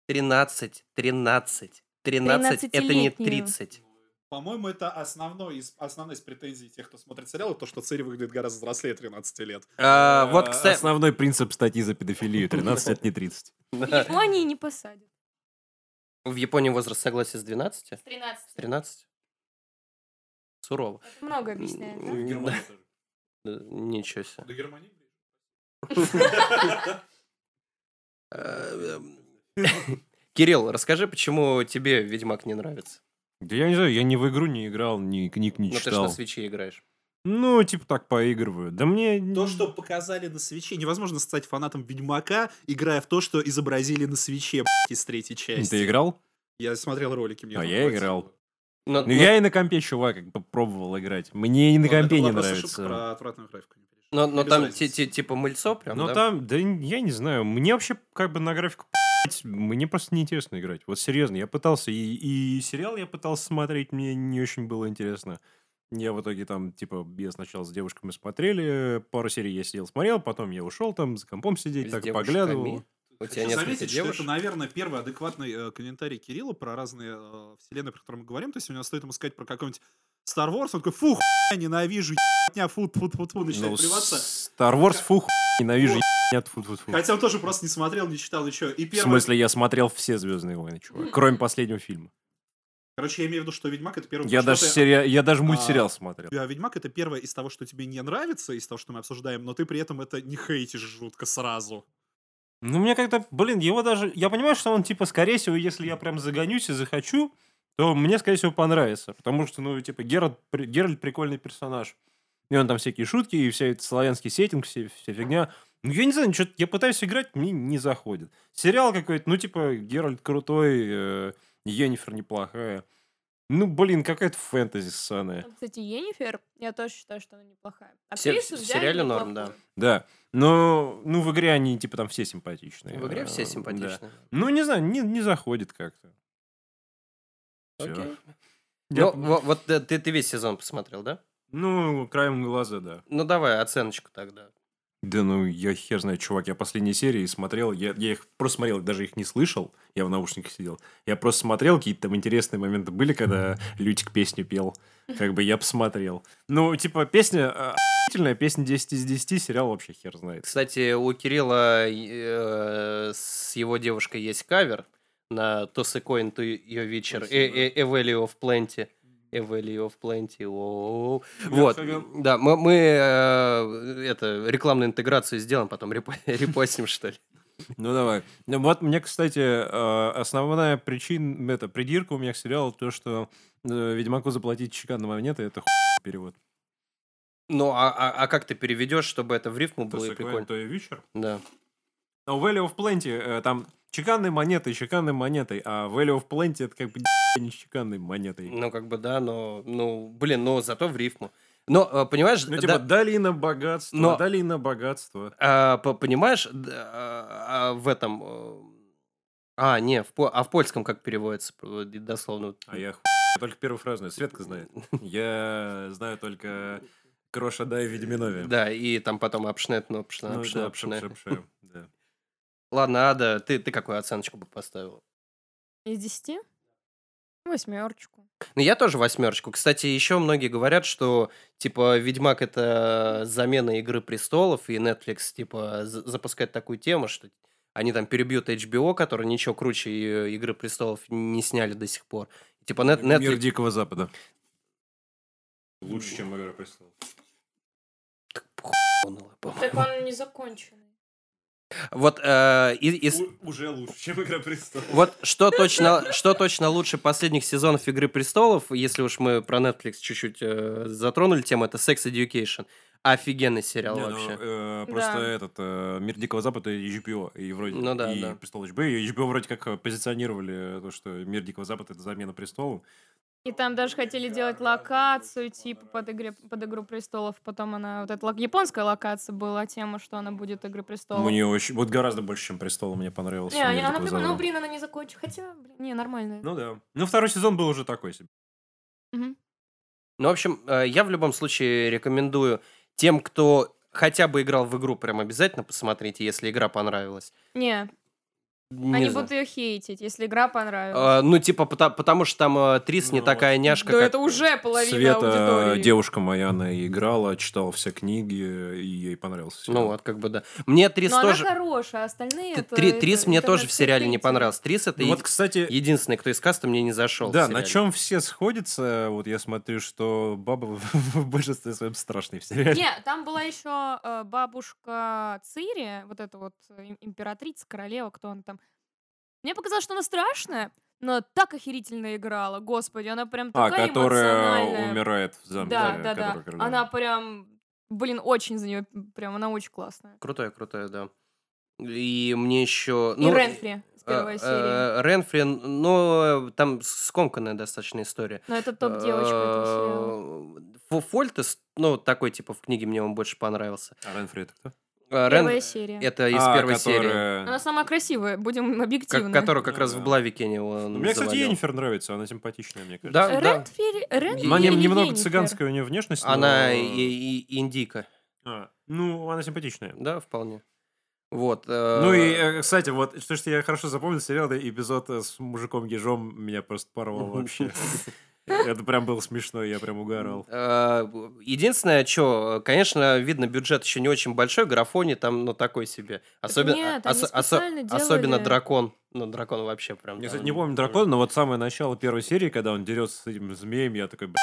13, 13. 13 это не
13-летнюю.
30.
По-моему, это основной из, основной из претензий тех, кто смотрит сериал, то, что Цири выглядит гораздо взрослее 13 лет.
А,
Э,
вот, кстати...
Основной принцип статьи за педофилию 13 лет не 30.
В Японии не посадят.
В Японии возраст согласия с 12?
С 13.
С 13? Сурово.
Это много объясняет, да?
М, да. Да, Ничего себе.
До Германии?
Э, эм, Кирилл, расскажи, почему тебе Ведьмак не нравится?
Да я не знаю, я ни в игру не играл, ни книг не
Ну, ты же на
читал.
свече играешь.
Ну, типа так поигрываю. Да мне...
То, что показали на свече, невозможно стать фанатом Ведьмака, играя в то, что изобразили на свече блядь, из третьей части.
Ты играл?
Я смотрел ролики, мне.
А
там
я
хватило.
играл.
Но-
Ну,
но-
я и на компе, чувак, как бы пробовал играть. Мне и на
Ладно, Ну, это
компе
была
не
просто шутка
нравится.
Про отвратную графику. не переживай.
но- но
без
там
разницы.
ти- ти- типа мыльцо прям,
Но
да?
Ну, там, да я не знаю, мне вообще как бы на графику п***ть, мне просто неинтересно играть. Вот серьезно, я пытался, и, и сериал я пытался смотреть, мне не очень было интересно. Я в итоге там, типа, я сначала с девушками смотрели, пару серий я сидел, смотрел, потом я ушел там за компом сидеть,
С
так
девушками?
поглядывал.
У тебя
Хочу
несколько
заметить,
девушек?
что это, наверное, первый адекватный э, комментарий Кирилла про разные э, вселенные, про которые мы говорим. То есть у него стоит ему сказать про какой-нибудь Star Wars, он такой, фу, хуйня, ненавижу, ебня, фу, фу, фу, фу, начинает
Ну,
плеваться.
Star Wars, фу, хуй, ненавижу,
Вот.
нет, фу, фу, фу.
Хотя он тоже просто не смотрел, не читал еще. И
В
первое...
смысле, я смотрел все Звездные войны, чувак, кроме последнего фильма.
Короче, я имею в виду, что Ведьмак это первый...
Я
потому
даже,
что Ну, ты-
сериал, я даже
А.
мультсериал смотрел.
А Ведьмак это первое из того, что тебе не нравится, из того, что мы обсуждаем, но ты при этом это не хейтишь жутко сразу.
Ну, мне как-то, блин, его даже... Я понимаю, что он, типа, скорее всего, если я прям загонюсь и захочу, то мне, скорее всего, понравится. Потому что, ну, типа, Геральт, при- Геральт прикольный персонаж. И он там всякие шутки, и вся этот славянский сеттинг, все- вся фигня. Ну, я не знаю, что я пытаюсь играть, мне не заходит. Сериал какой-то, ну, типа, Геральт крутой, э, Йеннифер неплохая. Ну, блин, какая-то фэнтези ссаная.
Вот, Кстати, Енифер, я тоже считаю, что она неплохая.
се-
Актрису
в
взяли
сериале норм,
неплохую.
Да. Но, ну, в игре они, типа, там все симпатичные.
В игре
Э,
все
да.
симпатичны.
Ну, не знаю, не, не заходит как-то. Всё.
Окей.
Я
Ну,
пом-
во- вот э, ты ты весь сезон посмотрел, да?
ну, краем глаза, да.
Ну, давай оценочку тогда.
Да ну, я хер знаю, чувак, я последние серии смотрел, я, я их просто смотрел, даже их не слышал, я в наушниках сидел. Я просто смотрел, какие-то там интересные моменты были, когда Лютик песню пел. Как бы я посмотрел. Ну, типа, песня э, охуительная, песня 10 из 10, сериал вообще хер знает.
Кстати, у Кирилла э, с его девушкой есть кавер на Toss a Coin to Your Вечер,
Спасибо.
A Value of Plenty. A Value of Plenty. о-о-о.
Я
Вот,
хотел-
да, мы, мы, э, это, рекламную интеграцию сделаем, потом репо- репостим, что ли.
Ну давай. Ну, Вот мне, кстати, э, основная причина, это придирка у меня к сериалу, то, что э, Ведьмаку заплатить чеканной монеты, это хуй перевод.
Ну, а, а- а как ты переведешь, чтобы это в рифму было и прикольно?
вечер.
Да.
Но Value of Plenty, э, там чеканной монетой, чеканной монетой, а Value of Plenty это как бы не с чеканной монетой.
Ну, как бы да, но, ну, блин, но зато в рифму. Но, э, понимаешь,
Ну,
да-
типа, долина богатства,
Но-
долина богатства.
А, по- понимаешь, д- а, а, в этом... э, А, не, в, по- а в польском как переводится э, дословно?
А я хуй, я только первую фразу знаю. Светка знает. Я знаю только Кроша Дай Ведьминове.
Да, и там потом апшнет, но апшнет,
Ну,
апшнет,
да,
апшнет.
пшэ-пшэ-пшэ, да.
Ладно, Ада, ты, ты какую оценочку бы поставила?
Из десяти? Восьмерочку.
Ну, я тоже восьмерочку. Кстати, еще многие говорят, что, типа, «Ведьмак» — это замена «Игры престолов», и Netflix, типа, за- запускает такую тему, что они там перебьют HBO, который ничего круче э, «Игры престолов» не сняли до сих пор. Типа, нет,
Мир
Netflix...
Дикого Запада. Лучше, чем «Игра престолов».
Так он не законченный.
Вот, э, и- из-
Уже лучше, чем «Игра престолов».
вот что, точно, что точно лучше последних сезонов «Игры престолов», если уж мы про Netflix чуть-чуть э, затронули тему, это «Sex Education». Офигенный сериал
Не, ну,
вообще.
э, просто
Да.
этот э, Мир Дикого Запада и HBO, и вроде
Ну да,
и
да.
престол HBO. И HBO вроде как э, позиционировали э, то, что Мир Дикого Запада это замена престолу.
И там даже хотели делать локацию, типа, под, игре, под «Игру престолов». Потом она... Вот эта лок- японская локация была тема, что она будет «Игры престолов».
Мне очень, вот гораздо больше, чем престола, мне понравился.
Не,
«Мир
они- она
Дикого
прикольная.
Запада».
Ну, блин, она не закончила. Хотя, блин, не, нормально.
Ну да. Ну второй сезон был уже такой себе.
Мгм.
Ну, в общем, э, я в любом случае рекомендую тем, кто хотя бы играл в игру, прям обязательно посмотрите, если игра понравилась.
Не,
Не
они
знаю.
будут ее хейтить, если игра понравилась.
Э, ну, типа, пота- потому что там э, Трис не
Ну,
такая няшка,
да
как...
это уже половина
Света,
аудитории.
девушка моя, она играла, читала все книги, и ей понравился. сериал.
Ну, вот, как бы, да. Мне Трис
Но
тоже...
она хорошая, а остальные...
Т-
это-
Три-
это
Трис мне тоже в сериале не
интернет-хейтеры.
понравился. Трис — это
Ну, вот,
е-
кстати,
единственный, кто из каста мне не зашел.
Да, на чем все сходятся, вот я смотрю, что бабы в большинстве своем страшные в сериале.
Не, там была еще э, бабушка Цири, вот эта вот э, им- императрица, королева, кто она там. Мне показалось, что она страшная, но так охерительно играла, господи, она прям
А,
такая
которая
эмоциональная.
умирает в замке.
Да, да, да.
которая-
Она прям, блин, очень за нее, прям, она очень классная.
Крутая, крутая, да. И мне еще...
И Ренфри с
э,
первой серии.
Ренфри, но там скомканная достаточно история.
Но это топ-девочка этого сериала.
Фо- Фольтес, ну, такой, типа, в книге мне он больше понравился.
А Ренфри это кто?
Э, Рен-
Первая серия.
Это из
А,
первой серии.
которая-
Она самая красивая, будем
Как,
объективны.
Э. которую как
Ну
раз
да.
в Блавикене он
Ну, Мне, кстати,
завалил.
Енифер нравится, она симпатичная, мне кажется.
Да, да.
Ренфри, Ренфри
Она
или
нем- немного
Енифер?
цыганская у нее внешность.
Она
но-
и, и- индийка,
А, Ну, она симпатичная.
да, вполне. Вот. э,
Ну и, э, кстати, вот что, что я хорошо запомнил сериал, да, эпизод э, с мужиком-ежом меня просто порвал вообще. Это прям было смешно, я прям угорал.
Э, Единственное, что, конечно, видно, бюджет еще не очень большой, графони там, ну, такой себе. Особенно,
нет, они специально
а, особенно
делали.
дракон. Ну, дракон вообще прям...
Я,
там-
кстати, не помню дракона, но вот самое начало первой серии, когда он дерется с этим змеем, я такой, «Б***,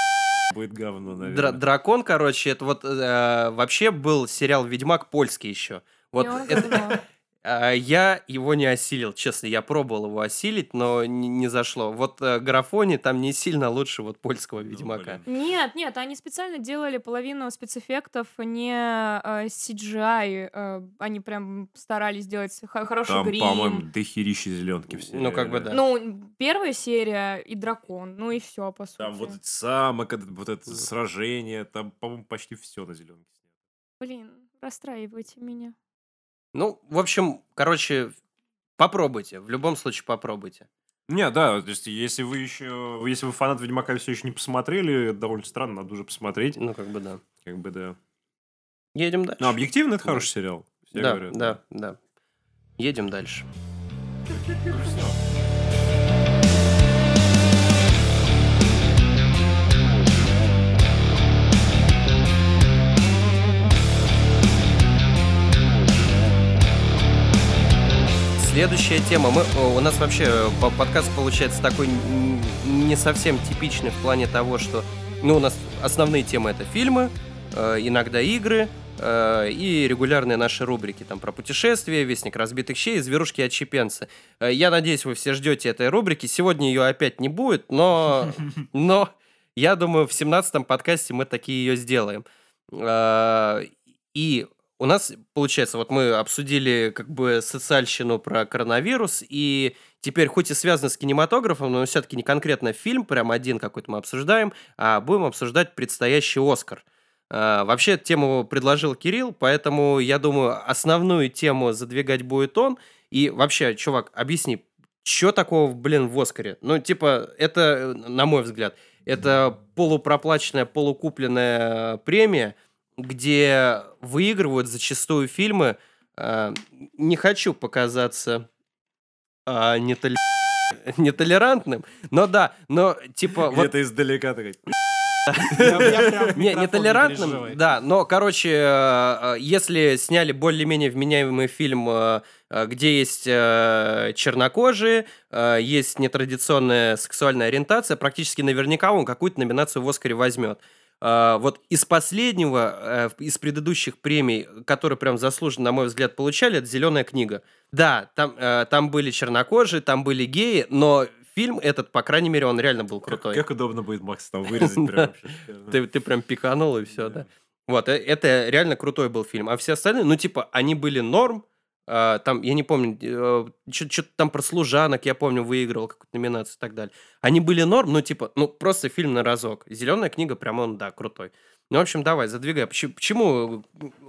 будет говно,
Дра-
наверное.
дракон, короче, это вот э, вообще был сериал «Ведьмак» польский еще. Вот
Не, он
это-
говно.
а, я его не осилил, честно, я пробовал его осилить, но не, не зашло. Вот э, графони там не сильно лучше вот польского
Ну,
«Ведьмака».
блин.
Нет, нет, они специально делали половину спецэффектов не э, CGI. э, они прям старались сделать хо- хороший
Там,
грим.
по-моему, дохерища зеленки все.
Ну, как бы да.
Ну, первая серия и дракон, ну и все, по сути.
Там вот этот самок, этот- вот это сражение, там, по-моему, почти все на зеленке.
Блин, расстраивайте меня.
Ну, в общем, короче, попробуйте. В любом случае попробуйте.
Не, да, то есть, если вы еще, если вы фанат Ведьмака все еще не посмотрели, это довольно странно, надо уже посмотреть,
Ну, как бы да.
как бы да.
Едем дальше.
Ну, объективно это хороший сериал. Все
да,
говорят.
да, да. Едем дальше. Следующая тема. Мы, о, у нас вообще э, по- подкаст получается такой н- не совсем типичный в плане того, что ну, у нас основные темы это фильмы, э, иногда игры, э, и регулярные наши рубрики там про путешествия, вестник разбитых щей, и зверушки и отщепенцы. Э, Я надеюсь, вы все ждете этой рубрики. Сегодня ее опять не будет, но, но я думаю, в 17-м подкасте мы такие ее сделаем. Э, И у нас, получается, вот мы обсудили как бы социальщину про коронавирус, и теперь хоть и связано с кинематографом, но все-таки не конкретно фильм, прям один какой-то мы обсуждаем, а будем обсуждать предстоящий «Оскар». А, Вообще эту тему предложил Кирилл, поэтому я думаю, основную тему задвигать будет он. И вообще, чувак, объясни, что такого, блин, в Оскаре? Ну, типа, это, э, на мой взгляд, это полупроплаченная, полукупленная премия, где выигрывают зачастую фильмы. э, Не хочу показаться а, нетол- нетолерантным, но да, но типа... вот
Где-то издалека такой.
не, нетолерантным, да, но, короче, э, э, если сняли более-менее вменяемый фильм, э, э, где есть э, чернокожие, э, есть нетрадиционная сексуальная ориентация, практически наверняка он какую-то номинацию в «Оскаре» возьмет. Э, Вот из последнего, э, в- из предыдущих премий, которые прям заслуженно, на мой взгляд, получали, это «Зеленая книга». Да, там, э, там были чернокожие, там были геи, но фильм этот, по крайней мере, он реально был
Как,
крутой.
как удобно будет Макс там вырезать
Да.
прям вообще. шикарно.
Ты, ты прям пиканул и все, да.
Да.
Вот, э- это реально крутой был фильм. А все остальные, ну, типа, они были норм. А, Там, я не помню, что-то там про служанок, я помню, выигрывал какую-то номинацию и так далее. Они были норм, ну, типа, ну, просто фильм на разок. Зеленая книга, прям он, да, крутой. Ну, в общем, давай, задвигай. Поч- Почему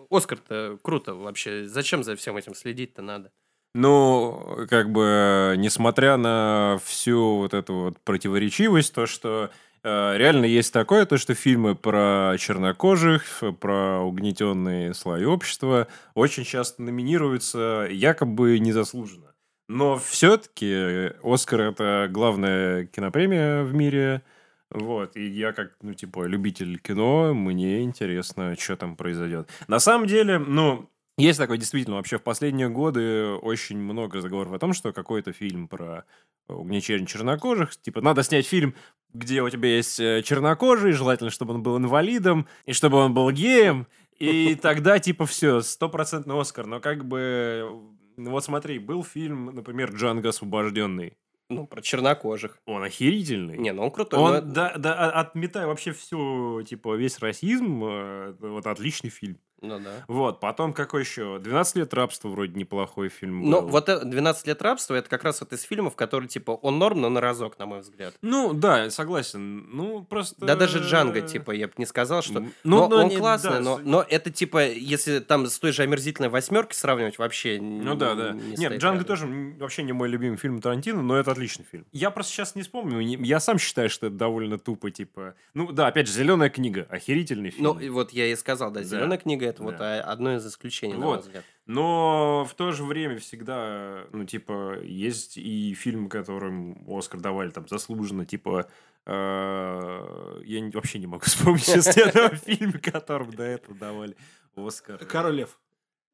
Оскар-то круто вообще? Зачем за всем этим следить-то надо?
Ну, как бы, несмотря на всю вот эту вот противоречивость, то, что э, реально есть такое, то, что фильмы про чернокожих, ф- про угнетенные слои общества очень часто номинируются якобы незаслуженно. Но все-таки Оскар это главная кинопремия в мире. Вот, и я как, ну, типа, любитель кино, мне интересно, что там произойдет. На самом деле, ну, есть такое действительно. Вообще в последние годы очень много заговоров о том, что какой-то фильм про э, угнетение чернокожих, типа надо снять фильм, где у тебя есть э, чернокожий, желательно, чтобы он был инвалидом, и чтобы он был геем, и тогда типа все, стопроцентный Оскар. Но как бы Ну вот смотри, был фильм, например, «Джанго освобожденный».
Ну, про чернокожих.
Он охерительный.
Не, ну он крутой.
Он,
но-
да, да, а- отметая вообще все, типа, весь расизм, э, вот отличный фильм.
Ну да.
Вот, потом какой еще? «12 лет рабства» вроде неплохой фильм
Но
был.
вот э, 12 лет рабства это как раз вот из фильмов, которые типа он норм, но на разок, на мой взгляд.
Ну, да, согласен. Ну, просто...
Да даже Джанго, типа, я бы не сказал, что...
М,
Ну,
ну,
он
не-
классный,
да,
но,
с-
но это типа, если там с той же омерзительной восьмеркой сравнивать, вообще
Ну да, да. Нет, Джанго тоже м, вообще не мой любимый фильм Тарантино, но это отличный фильм. Я просто сейчас не вспомню. не- Я сам считаю, что это довольно тупо, типа. Ну да, опять же, зеленая книга, охерительный фильм.
Ну, и вот я и сказал, да,
Да.
зеленая книга это вот
Да.
а, одно из исключений, на мой
Вот.
взгляд.
Но в то же время всегда, ну, типа, есть и фильмы, которым Оскар давали там заслуженно, типа, э, я не- вообще не могу вспомнить сейчас ни одного фильма, которым до этого давали Оскар.
Король Лев.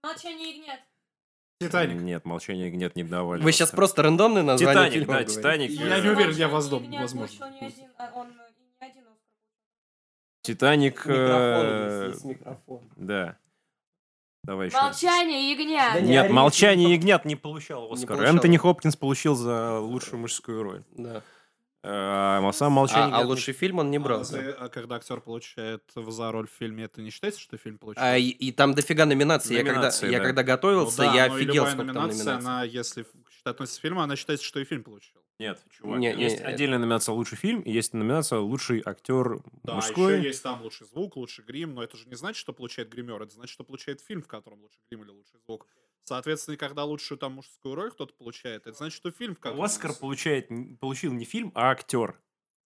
Молчание ягнят.
Титаник.
Нет, молчания нет, не давали.
Вы сейчас
Оскар.
просто рандомные названия
Титаник,
фильмов
да,
говорите.
Титаник.
Я
э,
не уверен, я воздум, возможно.
а, э,
Титаник.
Микрофон
э,
здесь, есть микрофон.
Да. Давай еще.
Молчание
Да
ягнят.
не
Нет,
ори,
молчание ягнят не получал
Не
Оскара.
получал.
Энтони Хопкинс получил за лучшую мужскую роль.
Да.
А сам молчание.
А, а
ягнят не
лучший фильм он не брал.
А,
да.
за- а когда актер получает за роль в фильме, это не считается, что фильм получил?
А, и, и там дофига номинаций. Я когда,
Номинации,
я
да.
когда
Ну
готовился,
да,
я
но и
офигел,
любая
сколько там
номинация,
номинаций.
она, если в- относится к фильму, она считается, что и фильм получил.
Нет, чувак.
Не, не,
есть
это-
отдельная номинация «Лучший фильм», и есть номинация «Лучший актер
Да,
мужской».
еще есть там лучший звук, лучший грим, но это же не значит, что получает гример, это значит, что получает фильм, в котором лучший грим или лучший звук. Соответственно, когда лучшую там мужскую роль кто-то получает, это значит, что фильм в котором...
Оскар получает, н- получил не фильм, а актер.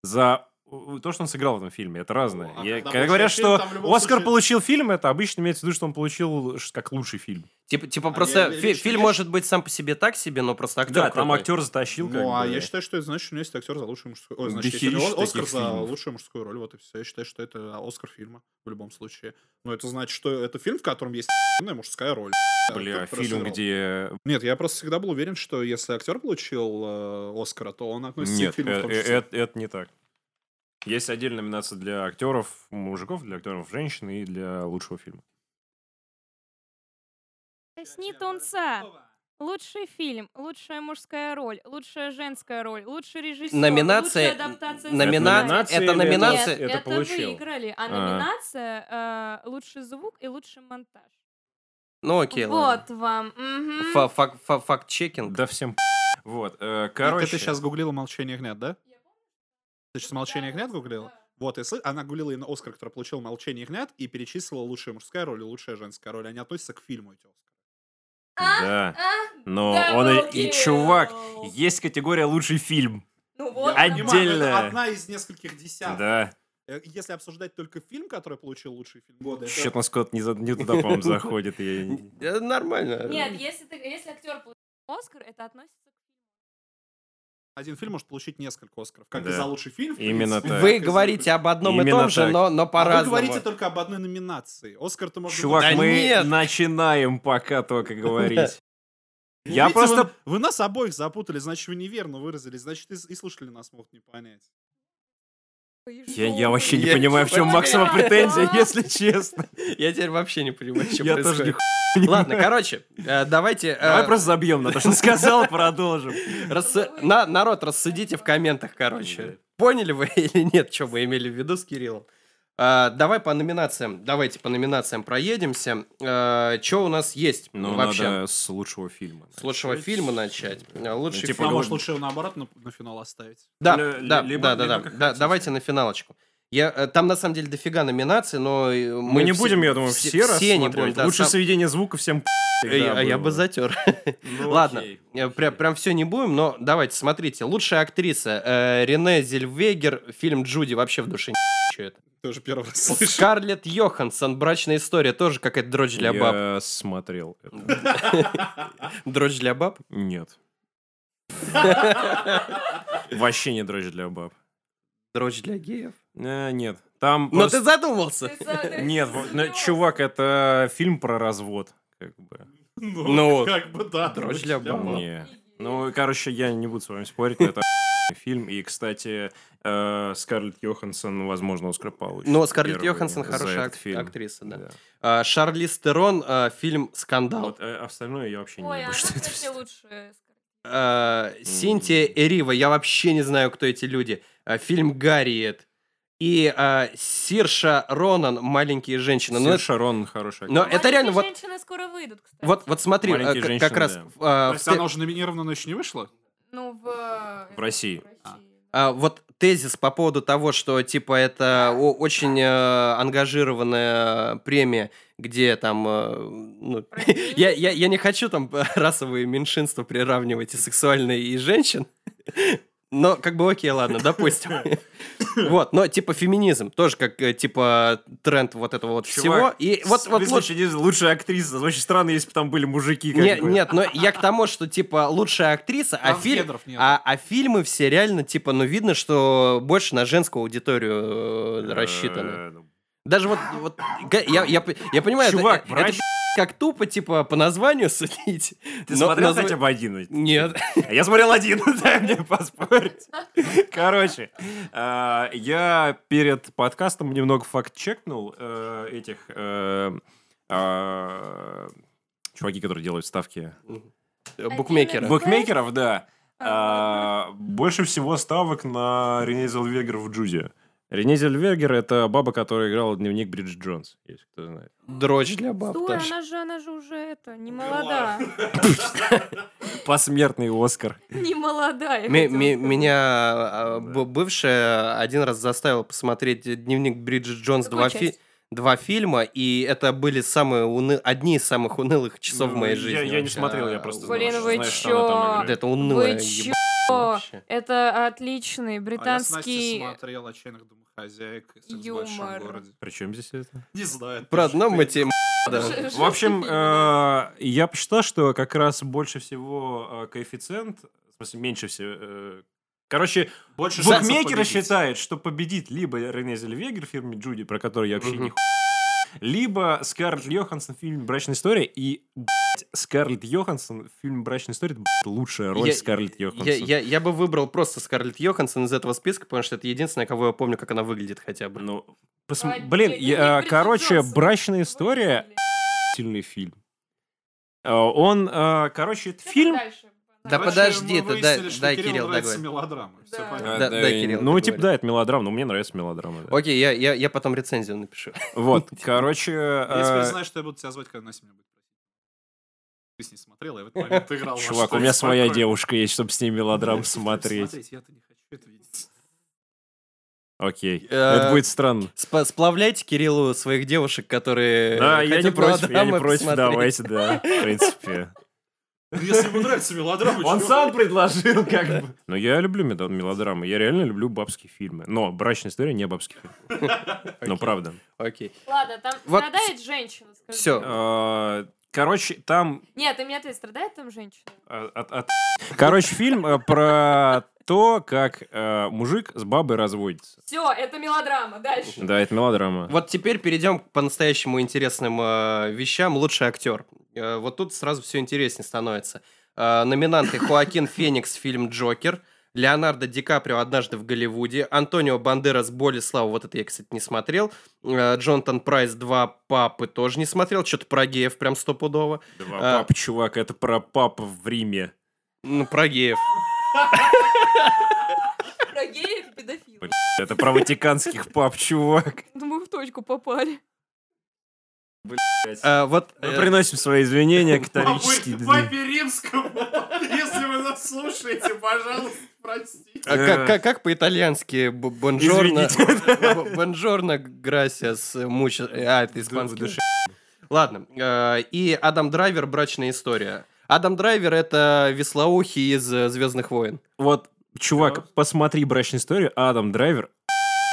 За э, то, что он сыграл в этом фильме. Это разное.
А когда
Я- когда
получает
говорят,
фильм,
что
там в любом
Оскар
случае-
получил фильм, это обычно имеется в виду, что он получил ш- как лучший фильм.
Типа, типа
А
просто
я- я
фи-
лично-
фильм
я
может быть сам по себе так себе, но просто актер.
да, там
крутой.
актер затащил. как
Ну, а
бы.
я считаю, что это значит, что у него есть актер за лучшую мужскую... Ой, значит,
Дохерища
если О- Оскар
таких
за
фильмов.
лучшую мужскую роль, вот и все. Я считаю, что это Оскар фильма в любом случае. Но это значит, что это фильм, в котором есть охуенная мужская роль.
Бля,
Как просто
фильм,
играл.
где...
Нет, я просто всегда был уверен, что если актер получил э, Оскара, то он относится
Нет,
и к фильму в
э-
том
э-
числе.
это это не так. Есть отдельная номинация для актеров мужиков, для актеров женщин и для лучшего фильма.
Сни тунца. Лучший фильм, лучшая мужская роль, лучшая женская роль, лучший режиссер,
Номинация-
лучшая адаптация
номина-
сценария.
это номинация-
Нет,
это,
это,
получил.
выиграли, а
А.
номинация э, лучший звук и лучший монтаж.
Ну окей,
вот вам. мгм.
ладно. Фа- фак- фа- Факт-чекинг.
Да всем Вот, э,
Короче.
короче.
Ты сейчас гуглила «Молчание гнят», да? Ты сейчас «Молчание гнят» гуглила? Вот, если она гуглила и на Оскар, который получил «Молчание гнят», и перечислила лучшая мужская роль и лучшая женская роль. Они относятся к фильму эти Оскары.
Да.
А,
Но
да
он... и- И,
обалдел.
чувак, есть категория «Лучший фильм».
ну вот. вам.
Я понимаю. Отдельно.
это одна из нескольких десятков.
Да.
Э, Если обсуждать только фильм, который получил лучший фильм года, это-
Счет на скот не, за- не туда, по-моему, заходит. я не-
Э, Нормально.
Нет, если, ты, если актер получил Оскар, это относится к
один фильм может получить несколько Оскаров. Как
Да.
и за лучший фильм. в
Именно
принципе,
так.
как
Вы
и за
говорите
лучший-
об одном и
Именно
том же,
так.
но, но
А Вы
по-разному.
говорите только об одной номинации. Оскар-то можно...
Чувак,
Да
мы
нет.
начинаем пока только говорить.
Ну,
Я
видите,
просто...
Вы, вы нас обоих запутали, значит, вы неверно выразились, значит, и, с- и слушатели нас могут не понять.
Я, я вообще не
Я-
понимаю, в чем
Понимаю.
максима претензия, если честно.
Я теперь вообще не понимаю, что
Я тоже
происходит.
нихуя
Ладно, короче, э, давайте... э,
Давай просто забьем на то, что сказал, продолжим.
рассы- на- Народ, рассудите в комментах,
Да.
короче. Поняли вы или нет, что мы имели в виду с Кириллом? А, Давай по номинациям, давайте по номинациям проедемся. Что у нас есть
Ну,
вообще?
надо с лучшего фильма.
С лучшего фильма начать. А, Лучший
типа,
фильм.
а
ну,
может, лучше его наоборот на, на финал оставить?
Да,
Ле- ле-
да,
либо-
да, да,
либо
да,
как
да,
хотите.
Давайте на финалочку. Я, э, там на самом деле дофига номинаций, но э, мы,
Мы, не
все-
будем, я думаю, все,
все не
рассматривать.
будем. да,
Лучше
сам-
сведение звука всем
Э, я- я бы затер.
Ну,
Ладно, э, прям, прям все не будем, но давайте, смотрите. Лучшая актриса э, Рене Зельвегер, фильм Джуди вообще в душе не чё это.
Тоже первый раз слышу.
Скарлетт Йоханссон, брачная история, тоже какая-то дрожь для баб.
Я смотрел это.
Дрожь для баб?
Нет. Вообще не дрожь для баб.
Дрожь для геев?
Э, Нет. Там
Но ты
просто-
задумался!
Ты за- ты
Нет,
за-
во- ну, чувак, это фильм про развод. Как бы.
Ну вот.
Как бы, да.
Дрочь для баб.
Не. Ну, короче, я не буду с вами спорить, но это фильм. И, кстати, э, Скарлетт Йоханссон, возможно, Оскар получит.
Но Скарлетт
первый
Йоханссон
за
хорошая
этот
ак-
фильм.
актриса, да. А, Шарлиз Терон, а, фильм «Скандал».
Вот, э, остальное я вообще не
Ой, а она,
знаю, что это.
кстати, лучше.
А, Синтия Эрива, я вообще не знаю, кто эти люди. А, фильм «Гарриет». И а, Сирша Ронан, «Маленькие женщины». Ну,
Сир Шарон хорошая
Но
актриса.
это реально вот-
женщины скоро выйдут, кстати.
Вот, вот смотри,
Маленькие
э, к-
женщины,
как раз
да.
а,
То
в
есть
те-
она уже номинирована, но еще не вышла?
Ну, в... э,
В России.
А.
а, вот тезис по поводу того, что типа это о- очень э, ангажированная премия, где там, э, ну,
Прости.
я, я, я не хочу там расовые меньшинства приравнивать и сексуальные, и женщин, но как бы окей, ладно, допустим. Вот, но типа феминизм тоже как э, типа тренд вот этого вот всего.
Чувак,
И вот, вот лучше-
лучшая актриса. Очень странно, если бы там были мужики.
Не- нет, но я к тому, что типа лучшая актриса, а
Там
фильм,
кедров нет.
А, а фильмы все реально, типа, ну, видно, что больше на женскую аудиторию э, рассчитаны. Даже вот, вот га- я, я, п- я понимаю, это-
ну,
э,
Чувак,
это,
врач-
как тупо, типа, по названию судить.
Ты
но
смотрел
назва-
хотя бы один?
Нет.
А Я смотрел один, дай мне поспорить. Короче, э, я перед подкастом немного факт-чекнул э, этих э, э, чуваки, которые делают ставки.
Букмекера.
Бу-
Букмекеров, да. Э, Больше всего ставок на Рене Зельвегер в Джузе. Рене Зельвегер — это баба, которая играла дневник Бриджит Джонс, если кто знает.
Дрочь для баб
Стой,
тоже.
она же, она же уже это, не молода.
Посмертный Оскар.
Не молода. я
Ме-
хотела
ме-
сказать.
Меня а, б- бывшая один раз заставила посмотреть дневник Бриджит Джонс два,
Какую
фи-
часть?
два фильма, и это были самые уны- одни из самых унылых часов
Ну,
в моей
я-
жизни.
я не смотрел, я
А,
просто
Блин,
знал, что
вы
знаешь, что она там
чё?
играет.
Да это унылая
Вы
еб-
чё?
вообще.
Это отличный
А я с Настей
британский...
смотрел «Отчаянных домохозяек» и «Секс в большом
юмор.
городе».
Причем здесь это?
Не знаю.
Про типа одно
ты-
мы тебе да.
Ж-
В общем,
жесткий фильм, да.
э, я посчитал, что как раз больше всего э, коэффициент, в смысле, меньше всего... э, Короче,
Больше шансов
букмекеры
победить.
считают, что победит либо Рене Зельвегер в фильме «Джуди», про который я вообще
Мгм.
не ху... либо Скарлетт Йоханссон в фильме «Брачная история», и, блядь, Скарлетт Йоханссон в фильме «Брачная история» это, блядь, лучшая роль
Я-
Скарлетт Йоханссон.
Я, я, я бы выбрал просто Скарлетт Йоханссон из этого списка, потому что это единственное, кого я помню, как она выглядит хотя бы.
Ну, посм-
Офигеть,
Блин,
ну,
я- э, а,
Бриджит
короче,
Джонс,
«Брачная
вы
история»
видели?
сильный фильм. Э, Он, э, короче, это фильм...
Дальше.
Да
Короче,
подожди
мы
ты,
выяснили,
дай-
что
дай
Кириллу
Кирилл А,
нравятся
договорит.
мелодрамы. Всё
Да.
понятно.
Да, да,
и-
Кирилл,
Ну,
ты
типа,
говори.
да, это мелодрама, но мне нравится мелодрама. да.
Окей, я, я, я потом рецензию напишу.
Вот, короче...
Я теперь
э,
знаю, что я буду тебя звать, когда Настя меня будет просить. Ты с ней смотрела, я в этот момент играл. во
Чувак, у
что-то
меня своя
такое.
девушка есть, чтобы с ней мелодраму смотреть.
Смотреть, я-то не хочу это видеть.
Окей.
Э,
Это будет странно.
Спо- Сплавляйте Кириллу своих девушек, которые...
Да, я не
хотят
против, я не
мелодрамы
против,
посмотреть.
давайте, да, в принципе.
Ну, Если ему нравится мелодрама, чё?
предложил, как бы. Но Ну, я люблю медо- мелодрамы, я реально люблю бабские фильмы. Но «Брачная история» не бабский фильм. Ну,
Окей,
правда.
Окей.
Ладно, там
Вот
страдает женщина, скажи.
Все,
Э, Короче, там
Нет, ты мне ответь, страдает там женщина?
А- от- от- Короче, фильм э, про то, как э, мужик с бабой разводится.
Все, это мелодрама, дальше.
Да, это мелодрама.
Вот теперь перейдем к по-настоящему интересным э, вещам. Лучший актер. Э, вот тут сразу все интереснее становится. Э, номинанты Хоакин Феникс, фильм «Джокер», Леонардо Ди Каприо «Однажды в Голливуде», Антонио Бандерас «Боли славы», вот это я, кстати, не смотрел, э, Джонатан Прайс «Два папы» тоже не смотрел, что-то про геев прям стопудово.
Два
а-
пап, чувак, это про папу в Риме.
Ну, про геев.
Про геев и педофилов.
Это про ватиканских пап, чувак.
Ну, мы в точку попали.
Э, вот,
Мы
э,
приносим свои извинения
А
католические.
вы Папе Римскому, если вы нас слушаете, пожалуйста, простите.
Э.
а как, как- как по-итальянски? Б- Бонжорно. Б- Бонжорно, грасиас, муча... А, это испанский. Ладно. э, И Адам Драйвер «Брачная история». Адам Драйвер — это веслоухий из э, «Звездных войн».
Вот, чувак, посмотри «Брачную историю». Адам Драйвер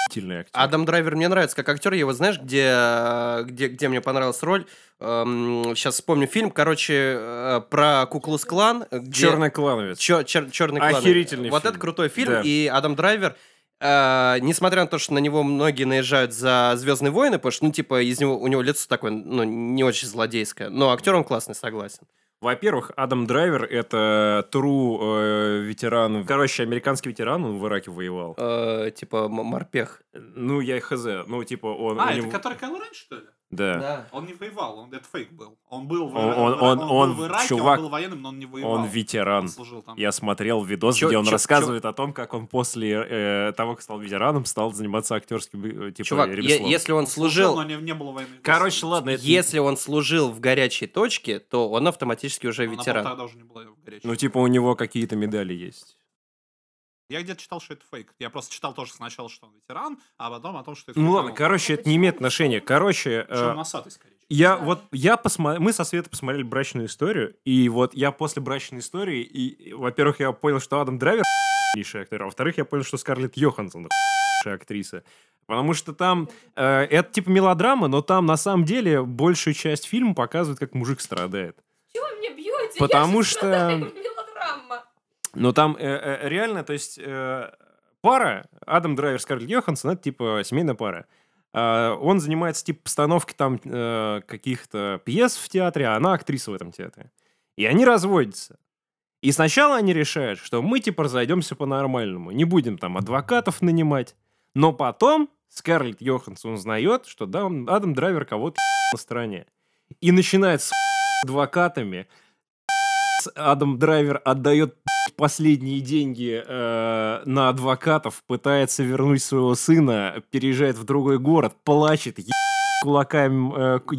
охуительный актер.
Адам Драйвер мне нравится как актер. Я его, знаешь, где, э, где, где мне понравилась роль? сейчас вспомню фильм, короче, э, про Куклус Клан.
Черный клановец.
черный клан.
Охерительный
Вот
фильм.
это крутой фильм.
Да.
И Адам Драйвер, э, несмотря на то, что на него многие наезжают за Звездные войны, потому что, ну, типа, из него у него лицо такое, ну, не очень злодейское. Но актер он классный, согласен.
Во-первых, Адам Драйвер — это тру э, ветеран... Короче, американский ветеран, он в Ираке воевал.
Э, типа м- морпех.
Ну, я хз. Ну, типа, он...
А,
у
это
него-
который Кайло Рен, что ли?
Да.
Он не воевал, он это фейк был. Он был в,
Он-
Ира-
он-
в Ира-
он-
был
он
в Ираке,
чувак,
он был военным, но он не воевал.
Он ветеран.
Он служил там.
Я смотрел видос,
Чё-
где он
чё-
рассказывает о том, как он после э, того, как стал ветераном, стал заниматься актерским э, типа
Чувак, е-
ремеслом.
если он
но
служил...
не, не было войны.
ну, Короче, ладно, это...
Если он служил в горячей точке, то он автоматически уже
Она, по-моему,
ветеран.
тогда уже не была в горячей.
Ну, типа, у него какие-то медали есть.
Я где-то читал, что это фейк. Я просто читал тоже сначала, что он ветеран, а потом о том, что это
Ну
фейк.
ладно, короче, это не имеет отношения. Короче, э,
Что он носатый, скорее.
я вот я посмотрел, мы со Светой посмотрели брачную историю, и вот я после брачной истории, и, и, во-первых, я понял, что Адам Драйвер ***нейший актер, а во-вторых, я понял, что Скарлетт Йоханссон ***нейшая актриса. Потому что там, э, это типа мелодрама, но там на самом деле большую часть фильма показывает, как мужик страдает.
Чего вы меня бьете?
Потому
Я же
что-
страдаю, мелодрама.
Но там э, э, реально, то есть э, пара, Адам Драйвер, Скарлетт Йоханссон, это типа семейная пара. А, он занимается типа постановкой там э, каких-то пьес в театре, а она актриса в этом театре. И они разводятся. И сначала они решают, что мы типа разойдемся по-нормальному, не будем там адвокатов нанимать. Но потом Скарлетт Йоханссон узнает, что да, он- Адам Драйвер кого-то на стороне. И начинает с адвокатами. С- Адам Драйвер отдает последние деньги э, на адвокатов, пытается вернуть своего сына, переезжает в другой город, плачет, е- кулаками, э, к-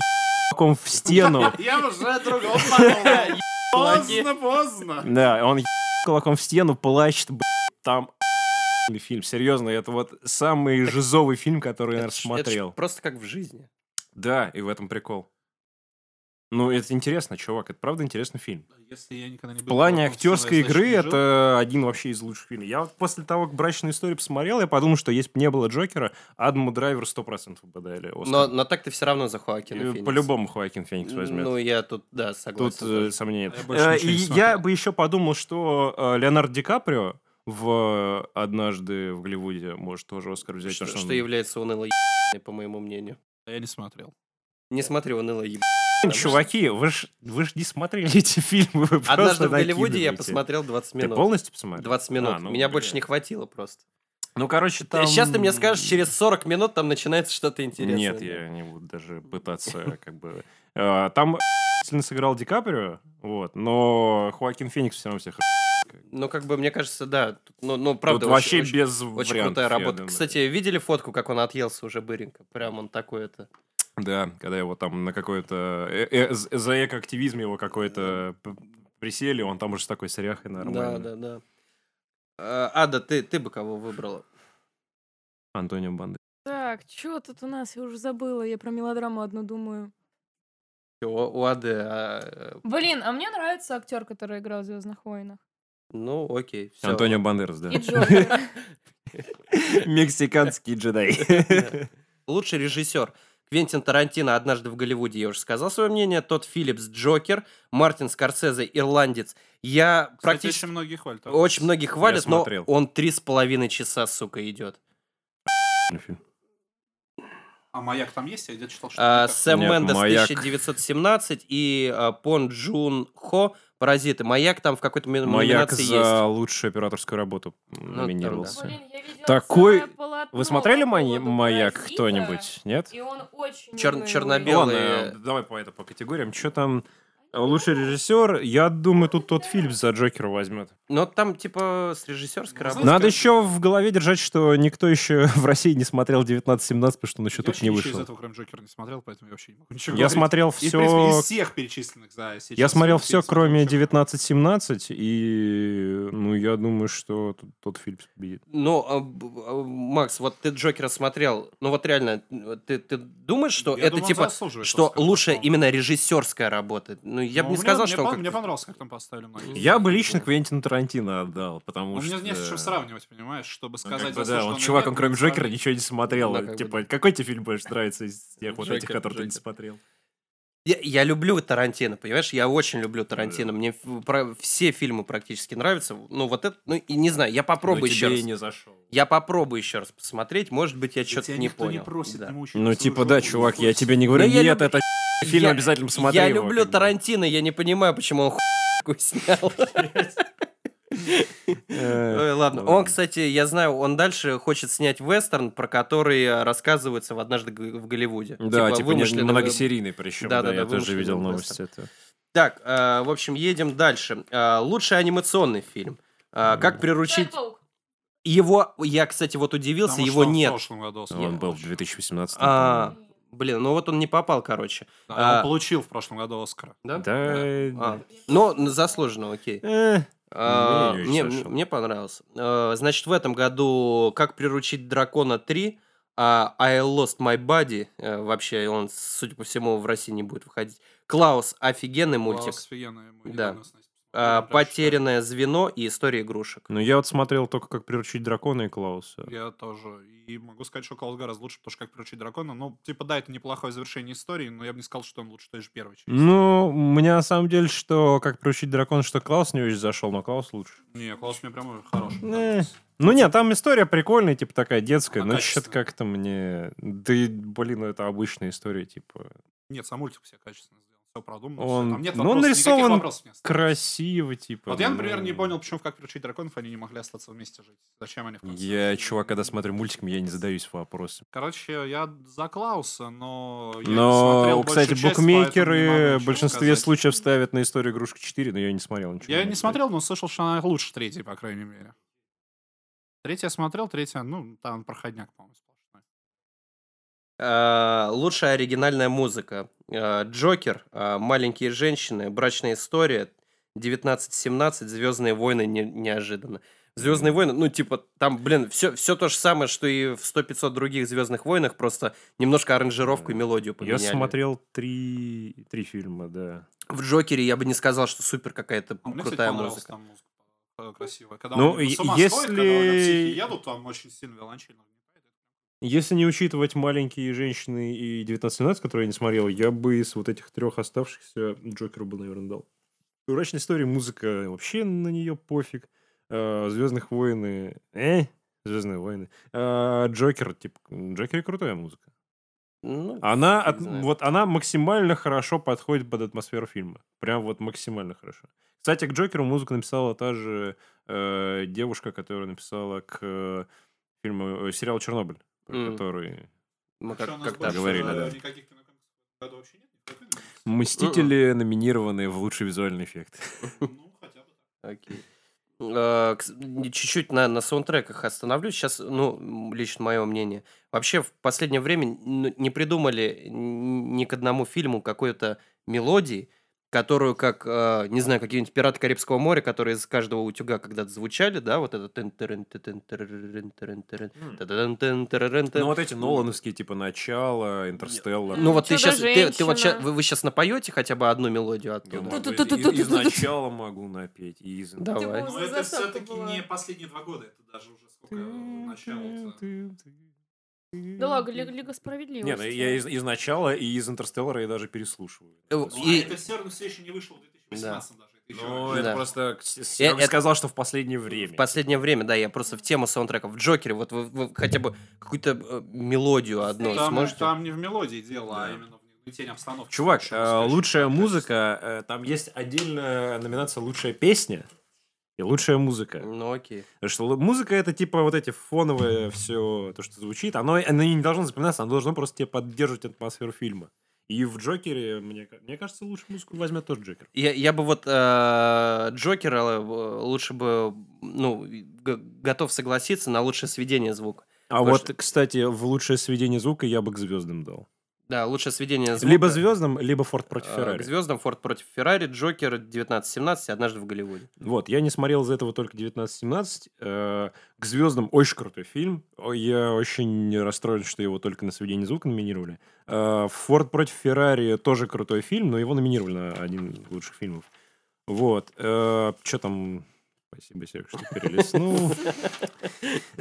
кулаком в стену.
Я уже о другом подумал. Поздно, поздно.
Да, он е- кулаком в стену плачет, б***ь, там охуенный фильм. Серьезно, это вот самый жизовый фильм, который я
Это ж- это ж
смотрел.
Просто как в жизни.
Да, и в этом прикол. Ну, это интересно, чувак, это правда интересный фильм.
Если я никогда не
В
был
плане
дураком, всё,
актерской
я, значит,
игры
не жил.
это один вообще из лучших фильмов. Я вот после того, как «Брачную историю» посмотрел, я подумал, что если бы не было Джокера, Адаму Драйверу 100% бы дали
Но,
Оскар.
но так ты все равно за Хоакина
И
Феникса.
По-любому Хоакин Феникс возьмет.
Ну, я тут, да,
Тут
согласен.
э,
тоже.
сомнений нет.
Я больше
Э,
ничего
и
не
я
смотрел.
бы еще подумал, что э, Леонардо Ди Каприо в э, «Однажды в Голливуде» может тоже Оскар взять.
что,
потому
что
он-
является унылой по моему мнению.
Я не смотрел.
Не смотри унылой еб***.
Блин, Чуваки, вы ж, вы ж не смотрели эти фильмы, вы просто
Однажды в Голливуде я
накидываете.
посмотрел 20
Ты
минут.
полностью посмотрел?
20 минут.
А, ну,
Меня
блядь.
больше не хватило просто.
Ну, короче, там...
Сейчас ты мне скажешь, через 40 минут там начинается что-то интересное.
Нет, я не буду даже пытаться как бы... Э, Там сильно сыграл Ди Каприо, вот, но Хоакин Феникс все равно всех
Ну, как бы, мне кажется, да. тут, Ну, ну правда,
Тут вообще
очень, очень-
без
очень
вариантов,
крутая
я
работа.
думаю.
Кстати, видели фотку, как он отъелся уже быренько? Прям он такой это.
Да, когда его там на какой-то... э, э, з- За экоактивизм его какой-то п- присели, он там уже с такой сыряхой нормально.
Да, да, да. А, Ада, ты, ты бы кого выбрала?
Антонио Банде.
Так, что тут у нас? Я уже забыла, я про мелодраму одну думаю.
У, у Ады, а, э,
Блин, а мне нравится актер, который играл в Звездных войнах.
ну, окей. Все.
Антонио Бандерас, да.
И Джокер.
Мексиканский джедай.
Лучший режиссер. Квентин Тарантино «Однажды в Голливуде», я уже сказал свое мнение. Тот Филлипс «Джокер», Мартин Скорсезе «Ирландец». Я
Кстати,
практически...
очень многие хвалят.
Очень, многие хвалят, но
смотрел.
он три с половиной часа, сука, идет.
А маяк там есть? Я где-то читал, что...
А,
это
Сэм
Нет,
Мендес
«Маяк».
1917 и а, Пон Джун Хо «Паразиты». «Маяк» там в какой-то ми-
Маяк
номинации
за
есть.
лучшую операторскую работу
там, да.
номинировался.
Блин, я видела
Такой-
целое полотно
Вы смотрели
по
«Мани-
поводу
«Маяк»
«Паразита»,
кто-нибудь? Нет?
И он очень...
Чер-
унылый.
черно-белый.
Ладно,
белые-
э, давай по это по категориям. Что там? Э, Лучший режиссер, я думаю, тут тот Филлипс за Джокера возьмет.
Но там, типа, с режиссерской работы.
Надо еще в голове держать, что никто еще в России не смотрел 1917, потому что он еще
Я
тут
вообще
не
ничего из
вышел.
этого, кроме Джокера, не смотрел, поэтому я вообще не могу ничего
Я
говорить.
смотрел
И, в принципе,
все,
из всех перечисленных за сейчас.
я смотрел все,
фильмов
кроме
вообще.
1917, и ну я думаю, что тут тот Филлипс победит.
Ну, а, б- а, Макс, вот ты Джокера смотрел. Ну, вот реально, ты, ты думаешь, что
Я
это,
думаю, он
типа,
заслуживает
что
Оскара,
лучшая
по-моему.
именно режиссерская работа? Ну, я
Ну,
бы не
мне-
сказал,
мне
что он
пон-
как-то-
Мне понравилось, как там поставили многие.
Я бы лично Квентину Тарантино отдал, потому
Ну,
что...
мне не с чем сравнивать, понимаешь, чтобы
Ну, как
сказать...
бы, да,
заслуженно
он
или
чувак,
нет,
он кроме
сравнить.
Джокера ничего не смотрел.
Ну, как бы,
типа, какой тебе фильм больше нравится из тех вот этих,
Джокер,
которые ты не
Джокер.
смотрел?
Я, я люблю Тарантино, понимаешь? Я очень люблю Тарантино. Мне ф- про- все фильмы практически нравятся. Ну, вот это, ну, и не знаю, я попробую
Ну,
еще
тебе и
раз.
не зашел.
Я попробую еще раз посмотреть. Может быть, я
Тебя
что-то не
никто
понял.
не просит,
Да.
не мучай
Ну,
свою
типа, да,
жопу,
чувак,
не
я
хочешь.
тебе не говорю,
Ну, я
нет,
люблю-
это Фильм
Я-
обязательно посмотри
Я
его,
люблю
как бы.
Тарантино, я не понимаю, почему он хуйку снял.
э,
Ой,
Ну
ладно. Он, кстати, я знаю, он дальше хочет снять вестерн, про который э, рассказывается в «Однажды г- в Голливуде».
Да, типа не-
вымышленный г-
многосерийный причем.
Да, да,
Да,
да,
я тоже
вымышленный
видел
вестерн.
новости. этого.
Так, э, в общем, едем дальше. Э, Лучший анимационный фильм. Э, Как приручить...
Человек-паук.
Его, я, кстати, вот удивился,
Потому
его
что он
нет.
В прошлом году
Ну, Он
Оскар
был в
получил.
2018
А, блин, ну вот он не попал, короче.
Да,
а.
Он получил в прошлом году Оскара.
Да?
Да.
А, но заслуженно, окей.
э,
Ну,
А,
не очень
Мне
хорошо.
мне понравился. А, Значит, в этом году «Как приручить дракона 3», а «I lost my body», э, вообще он, судя по всему, в России не будет выходить. «Клаус» — офигенный мультик.
Класс, офигенный мультик.
Да.
у нас есть.
А,
Я прям
«Потерянное звено» и «История игрушек».
Ну, я вот смотрел только, как приручить дракона и Клауса.
считаю, Я тоже. И могу сказать, что Клаус гораздо лучше, потому что как приручить дракона. Ну, типа, да, это неплохое завершение истории, но я бы не сказал, что он лучше той же первой части.
Ну, у меня на самом деле, что как приручить дракона, что Клаус не очень зашел, но Клаус лучше.
Не, Клаус мне прям хороший.
Э.
понравился.
Ну нет, там история прикольная, типа такая детская,
А
но
качественно?
что-то как-то мне... Да и, блин, ну это обычная история, типа...
Нет, сам мультик все качественно сделал. Все продумано.
Он-
всё. Там нет
ну, он
вопросов, никаких
нарисован
вопросов не осталось.
Красиво, типа...
Вот я, например,
ну,
не понял, почему в «Как приручить драконов» они не могли остаться вместе жить. Зачем они в конце?
Я, чувак, когда смотрю мультик, я не задаюсь вопросом.
Короче, я за Клауса, но... я не
Но,
смотрел
кстати,
большую часть, поэтому не могу
букмекеры
ничего
в большинстве
сказать.
случаев ставят на историю игрушек 4, но я не смотрел ничего.
Я
могу
не
сказать.
смотрел, но слышал, что она лучше третьей, по крайней мере. Третья смотрел, третья, ну, там проходняк, по-моему, сплошной.
А, Лучшая оригинальная музыка. А, Джокер, а, Маленькие женщины, Брачная история, 1917, Звездные войны не- неожиданно. Звездные войны, ну, типа, там, блин, все, все то же самое, что и в 100-500 других Звездных войнах, просто немножко аранжировку и мелодию
Я
поменяли.
смотрел три, три фильма, да.
В Джокере я бы не сказал, что супер какая-то
А мне,
Ну, крутая
кстати, понравилась
музыка.
там музыка э, красивая. Когда
Ну,
ну, они
е-
с ума
если-
сходят, когда они в психе едут, там очень сильно виолончельно.
Если не учитывать «Маленькие женщины» и «1917», которые я не смотрел, я бы из вот этих трех оставшихся Джокеру бы, наверное, дал. «Урачная история», музыка, вообще на нее пофиг. А, «Звездных войны», э, «Звездные войны». А, Джокер, типа, Джокер крутая музыка.
Ну,
Она,
фиг
от-
знает.
вот она максимально хорошо подходит под атмосферу фильма. Прям вот максимально хорошо. Кстати, к Джокеру музыку написала та же э, девушка, которая написала к э, фильму, э, сериалу «Чернобыль», про
М.
который
мы
Вообще, у
как-
нас
как-то
больше,
говорили,
э,
да.
Никаких кинокомиксов в этом году вообще нет. никакой кинокомикс.
Мстители номинированы в лучший визуальный эффект.
Ну, хотя бы так.
Окей. Э, кс- н- Чуть-чуть на, на саундтреках остановлюсь. Сейчас, ну, м, лично мое мнение. Вообще, в последнее время н- не придумали н- ни к одному фильму какой-то мелодии, которую, как, э, не знаю, какие-нибудь «Пираты Карибского моря», которые из каждого утюга когда-то звучали, да, вот это... тын тырын ты тын тырырын тырын тырын, та-да-дын тын тырырын тын.
Ну, вот эти нолановские, типа, начало, интерстеллар.
Ну, вот ты сейчас, ты, ты
«Чудо-женщина».
вот щас- вы, сейчас напоете хотя бы одну мелодию
Я
оттуда?
могу
Ту-
и-
ту- ту- ту-
и- Из
ту- ту-
начала могу напеть, и из...
Давай.
Ну,
Но
за
это
заставка
все-таки
была.
не последние два года, это даже уже сколько э, Ну, начало.
Да ладно, Ли- Лига справедливости.
Не, ну, я из, из начала и из интерстеллара я даже переслушиваю.
Э,
И...
и-
а это все равно все еще не вышло в 2018 даже. это еще
Ну,
раньше.
это
Да.
просто... к- с-
Э,
Серёга
это-
сказал, что в последнее
В
время.
последнее время, да, я просто в тему саундтреков. В Джокере, вот вы, вы хотя бы какую-то э, мелодию одну
там, э,
сможете?
там не в мелодии дело, а
Да.
именно в нагнетении обстановки.
Чувак,
Что
э,
расскажешь?
лучшая музыка, э, там есть отдельная номинация «Лучшая песня» и «Лучшая музыка».
Ну окей.
Потому что лу- музыка это типа вот эти фоновые все, то, что звучит, оно, оно не должно запоминаться, оно должно просто тебе поддерживать атмосферу фильма. И в Джокере, мне, ка- мне кажется, лучше музыку возьмет тот Джокер.
Я, я бы вот э, Джокера э, лучше бы, ну, г- готов согласиться на лучшее сведение звука.
А
Потому
вот,
что-
кстати, в лучшее сведение звука я бы к звездам дал.
Да, лучшее сведение звука.
Либо звездам, либо Форд против
э,
Феррари.
К звездам Форд против Феррари, Джокер 1917 и однажды в Голливуде.
Вот, я не смотрел из этого только 1917. Э, К звездам очень крутой фильм. О, Я очень расстроен, что его только на сведение звука номинировали. Э, Форд против Феррари тоже крутой фильм, но его номинировали на один из лучших фильмов. Вот. Что там? Спасибо, Серег, что перелистнул.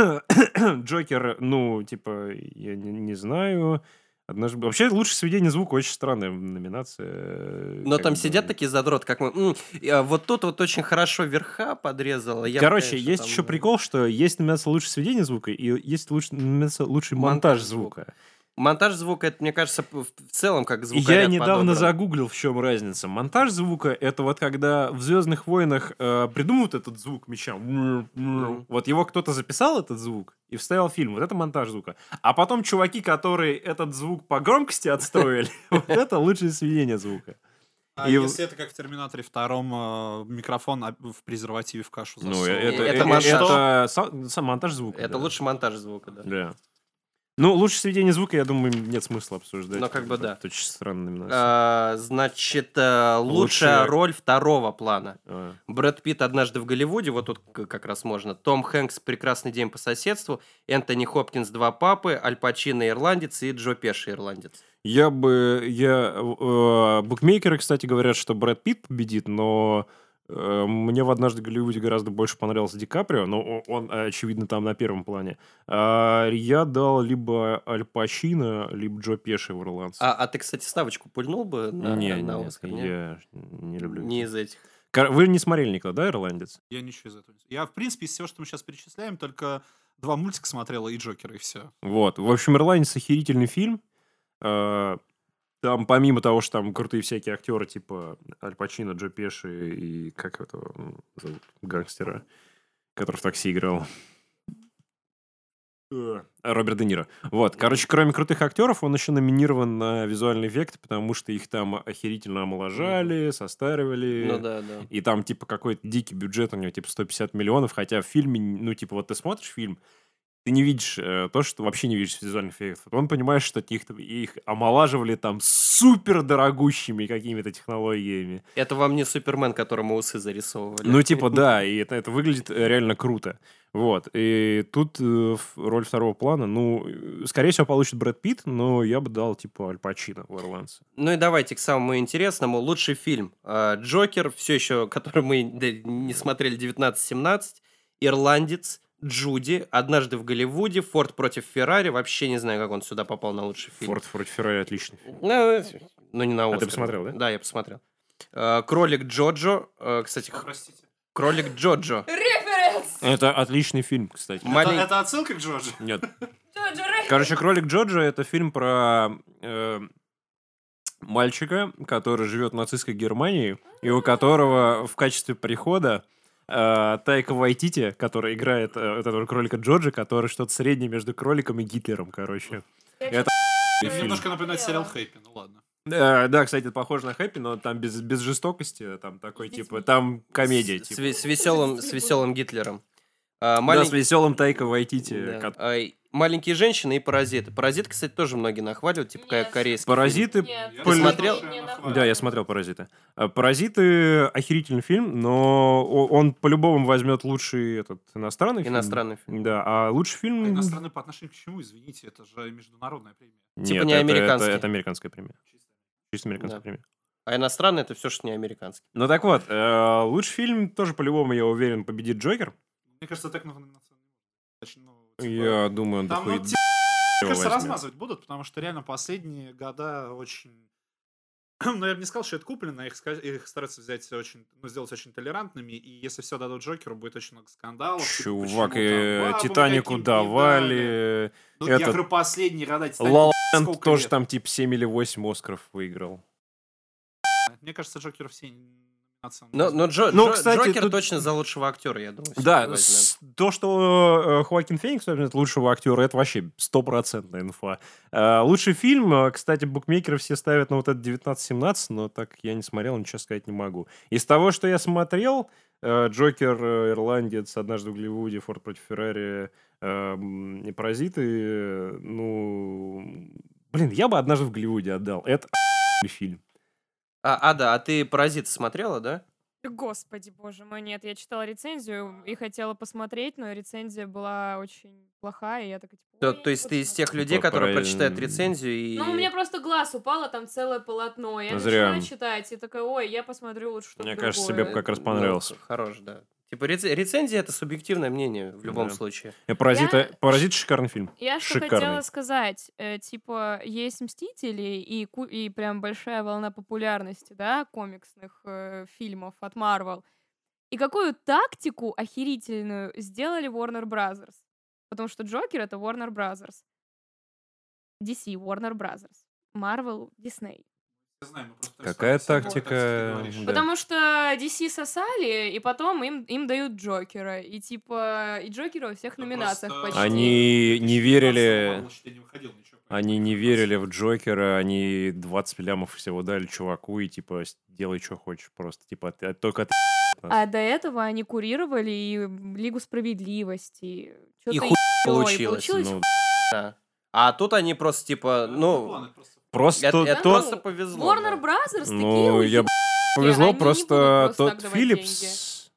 Джокер, ну, типа, я не, не знаю. Однажды... Вообще, лучше сведение звука очень странная номинация.
Но
как
там
бы.
сидят такие задроты, как мы. «М, э, вот тут вот очень хорошо верха подрезала. Я бы,
Короче,
конечно,
есть
там,
еще
э,
прикол, что есть номинация лучше сведение звука и есть лучше, номинация лучший монтаж,
Монтаж звука.
звука.
Монтаж звука, это, мне кажется, п- в в целом как звук.
Я недавно загуглил, в чем разница. Монтаж звука — это вот когда в «Звездных войнах» э, придумывают этот звук меча. Вот его кто-то записал, этот звук, и вставил в фильм. Вот это монтаж звука. А потом чуваки, которые этот звук по громкости отстроили, вот это лучшее сведение звука.
А
И в-
если это как в «Терминаторе втором» э, микрофон об- в презервативе в кашу
Ну,
засунул?
э, это,
Это
э, э,
монтаж.
это со- сам монтаж звука.
Это
да.
лучший монтаж звука, да.
Да. Ну, лучше сведение звука, я думаю, нет смысла обсуждать.
Ну, как бы да.
Это очень странная номинация.
А, Значит, э, лучшая
Лучшая-
роль второго плана.
А.
Брэд Питт однажды в Голливуде, вот тут к- как раз можно. Том Хэнкс «Прекрасный день по соседству», Энтони Хопкинс «Два папы», Аль Пачино «Ирландец» и Джо Пеши «Ирландец».
Я бы... Я, э, букмекеры, кстати, говорят, что Брэд Питт победит, но э, мне в «Однажды в Голливуде» гораздо больше понравился Ди Каприо, но о- он, э, очевидно, там на первом плане. А я дал либо Аль Пачино, либо Джо Пеши в «Ирландце».
А, а ты, кстати, ставочку пульнул бы на,
не,
на
не,
Оскар? нет?
я не люблю.
Не из этих.
Кор- Вы не смотрели никогда «Ирландец»?
Я ничего из этого не... Я, в принципе, из всего, что мы сейчас перечисляем, только два мультика смотрела и Джокера, и все.
Вот. В общем, «Ирландец» — охерительный фильм. Э, Там, помимо того, что там крутые всякие актеры, типа Аль Пачино, Джо Пеши и как этого м, зовут, гангстера, который в такси играл. Э, Роберт Де Ниро. Вот. Короче, кроме крутых актеров, он еще номинирован на визуальный эффект, потому что их там охерительно омоложали, состаривали.
Ну да, да.
И там, типа, какой-то дикий бюджет у него, типа, 150 миллионов, хотя в фильме, ну, типа, вот ты смотришь фильм, ты не видишь э, то, что вообще не видишь визуальных эффектов. Он понимаешь, что их, их омолаживали там супер дорогущими какими-то технологиями.
Это вам не Супермен, которому усы зарисовывали.
Ну, типа, да, и это, это выглядит э, реально круто. Вот. И тут э, ф- роль второго плана, ну, э, скорее всего, получит Брэд Питт, но я бы дал, типа, Аль Пачино в «Ирландце».
Ну и давайте к самому интересному. Лучший фильм. А, Джокер, все еще, который мы да, не смотрели, 19-17. Ирландец, Джуди, Однажды в Голливуде, Форд против Феррари. Вообще не знаю, как он сюда попал на лучший фильм.
«Форд против Феррари» отличный.
Ну, ну, не на
ты
Оскар.
посмотрел, да?
Да, я посмотрел. А, Кролик Джоджо. а, Кстати, х-
Простите.
Кролик Джоджо.
Референс!
Это отличный фильм, кстати.
Малень-
Это отсылка к Джорджу?
Нет,
Джорджа Референс!
Короче, кролик Джорджа это фильм про э, мальчика, который живет в нацистской Германии, и у которого в качестве прихода э, Тайка Вайтити, который играет э, вот этого кролика Джорджа, который что-то среднее между кроликом и Гитлером, короче. Это
Мне
фильм.
Немножко напоминает сериал Хэппи, ну ладно.
Э, да, кстати, это похоже на Хэппи, но там без, без жестокости, там такой, типа, там комедия,
С,
типа.
ве- с веселым, с веселым Гитлером. А,
Да,
малень-
с веселым Тайка Вайтити.
Да.
кот-
А, и Маленькие женщины и паразиты. Паразит, кстати, тоже многие нахваливают, типа ка-
Нет.
корейский. фильм.
Паразиты
Нет,
Я
Пыль-
смотрел?
не
Да,
нахватывает.
Да, я смотрел «Паразиты». А, «Паразиты» — охерительный фильм, но о- он по-любому возьмет лучший этот иностранный фильм.
Иностранный фильм.
Да, а лучший
А
фильм...
Иностранный по отношению к чему, извините, это же международная премия.
Нет,
Типа не
это-
американский.
Это, это американская премия. Чисто американская
Да.
премия.
А иностранный это все, что не американский.
Ну так вот, э, лучший фильм тоже по-любому, я уверен, победит Джокер.
Мне кажется, так много номинаций. Точнее, ну, типа,
Я думаю, он
Там,
такой...
ну,
«Д-
те- Мне
его
кажется,
возьмет».
размазывать будут, потому что реально последние года очень... Ну, я бы не сказал, что это куплено, их, ска- их стараются взять очень, ну, сделать очень толерантными, и если все дадут Джокеру, будет очень много скандалов. типа,
Чувак,
почему
э,
там бабам
«Титанику»
каким-то не дали.
давали...
Ну, я
этот-
говорю, последние года «Титаник»
«Ла
сколько
Ленд» тоже
лет?
там типа 7 или 8 Оскаров выиграл.
Мне кажется, Джокер все номинации он
Но,
возьмет.
но Джо-
Ну,
Джо-
кстати,
Джокер
тут-
точно за лучшего актера, я думаю.
Да,
всё-таки возьмет.
с- то, что э, Хоакин Феникс возьмет лучшего актера, это вообще стопроцентная инфа. Э, лучший фильм, э, кстати, букмекеры все ставят на вот этот 19-17, но так как я не смотрел, ничего сказать не могу. Из того, что я смотрел, э, Джокер, э, Ирландец, Однажды в Голливуде, Форд против Феррари э, м, и Паразиты, э, ну... Блин, я бы Однажды в Голливуде отдал. Это охуенный фильм.
А, а, да, а ты «Паразит» смотрела, да?
Господи, боже мой, нет, я читала рецензию и хотела посмотреть, но рецензия была очень плохая, и я такая, типа,
То,
«Ой,
то есть ты из
господи».
тех людей,
По-
которые
про-
прочитают рецензию и...
Ну, у меня просто глаз упало, там целое полотно. Я
Зря.
начинаю читать, и такая, ой, я посмотрю лучше что-то
Мне кажется,
другое».
тебе бы как раз
Ну,
понравился.
хорош, да. Типа реце- рецензия — это субъективное мнение в любом
Да.
случае.
Э, «Паразиты», «Паразиты» шикарный фильм.
Я что
Шикарный.
хотела сказать, э, типа, есть «Мстители» и, ку- и прям большая волна популярности, да, комиксных э, фильмов от Марвел. И какую тактику охерительную сделали Warner Brothers? Потому что Джокер — это Warner Brothers. DC, Warner Brothers, Marvel, Disney.
Я знаю, мы просто
Какая
рассказали, всего,
тактика,
так ты говоришь.
да.
Потому что DC сосали, и потом им, им дают Джокера. И типа, и Джокера во всех
Ну,
номинациях
просто-
почти.
Они не верили...
Мало, что я не выходил, ничего.
Они не верили в Джокера, они 20 лямов всего дали чуваку и типа с- делай, что хочешь просто. Типа ты- только ты...
А до этого они курировали и Лигу справедливости. Что-то
И
ещё,
хуй
и
получилось,
ну,
Да. А тут они просто типа, ну,
Планы просто.
просто
это, это
Ну,
просто повезло.
Warner
да.
Brothers такие
Ну, я б***ь,
уебки.
повезло,
они не
просто
будут просто
тот
так давать
Филлипс...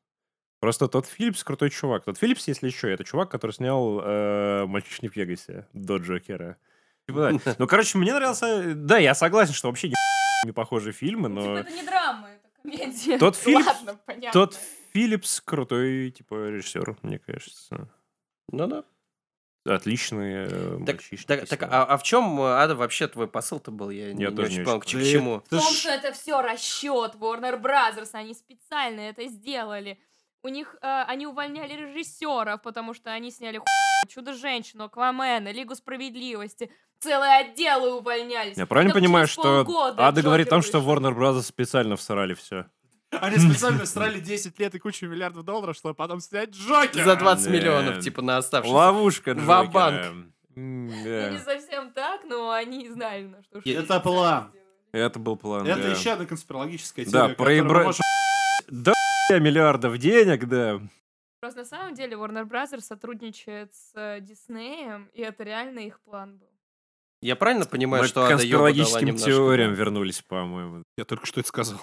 Просто тот Филлипс крутой чувак. Тот Филлипс, если еще, это чувак, который снял э, «Мальчишник в Вегасе» до Джокера. Типа, да. Ну, короче, мне нравился... Да, я согласен, что вообще не, не похожие фильмы,
Типа,
но...
это не драма, это комедия.
Тот Филлипс-
Ладно, понятно.
Тот Филлипс крутой, типа, режиссер, мне кажется.
Ну да.
Отличный э,
Так,
мальчишник.
так- так, а, а в чем, Ада, вообще твой посыл-то был? Я, не,
тоже
очень
не
понял, к
очень
ч- к чему.
В том, что это все расчет Warner Brothers, они специально это сделали. У них э, они увольняли режиссеров, потому что они сняли ху- Чудо-женщину, Аквамена, Лигу справедливости. Целые отделы увольнялись.
Я правильно
Только
понимаю,
через
что
полгода
Ада говорит о том,
Джокер
что
вышел.
Warner Bros. специально всрали все.
Они специально срали 10 лет и кучу миллиардов долларов, чтобы потом снять Джокера.
За 20
Да.
миллионов, типа, на оставшиеся.
Ловушка Джокера.
Ва-банк.
М,
Ну, не
да.
совсем так, но они знали, на что шли.
Это план.
Это был план.
Это
да.
еще одна конспирологическая
Да,
теория. которую мы
проебра-
можем-
Да, бля, миллиардов денег, да.
Просто на самом деле Warner Brothers сотрудничает с э, Диснеем, и это реально их план был.
Я правильно понимаю,
Мы
что
к
Ада ёба дала
конспирологическим
немножко?
теориям вернулись, по-моему.
Я только что это сказал.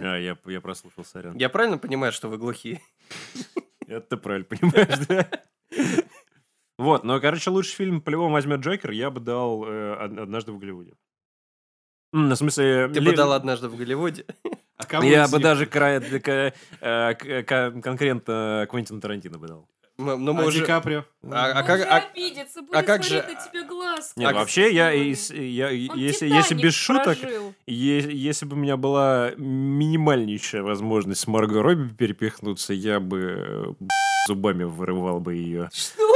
А, я, я прослушал, сорян.
Я правильно понимаю, что вы глухие?
Это ты правильно понимаешь, да? Вот, ну, короче, лучший фильм по-любому возьмет Джокер, я бы дал э, «Од- «Однажды в Голливуде». М, Ну, в смысле...
Ты
ли-
бы дал однажды в Голливуде.
А кому
Я
из
бы
них?
даже кра- для ка- э, к- кон- конкретно Квентина Тарантино бы дал.
М-
А
Ну, мы
Ди
уже...
Каприо?
А- а
Он
как-
же
а-
обидится, будет
а как
смотреть
же-
на тебя глаз.
А Нет,
как
ну, вообще, я, и с-
сегодня.
я и-
Он
если,
«Титаник»
если без шуток,
прожил.
е- если бы у меня была минимальнейшая возможность с Марго Робби перепихнуться, я бы э, б- зубами вырывал бы ее.
Что?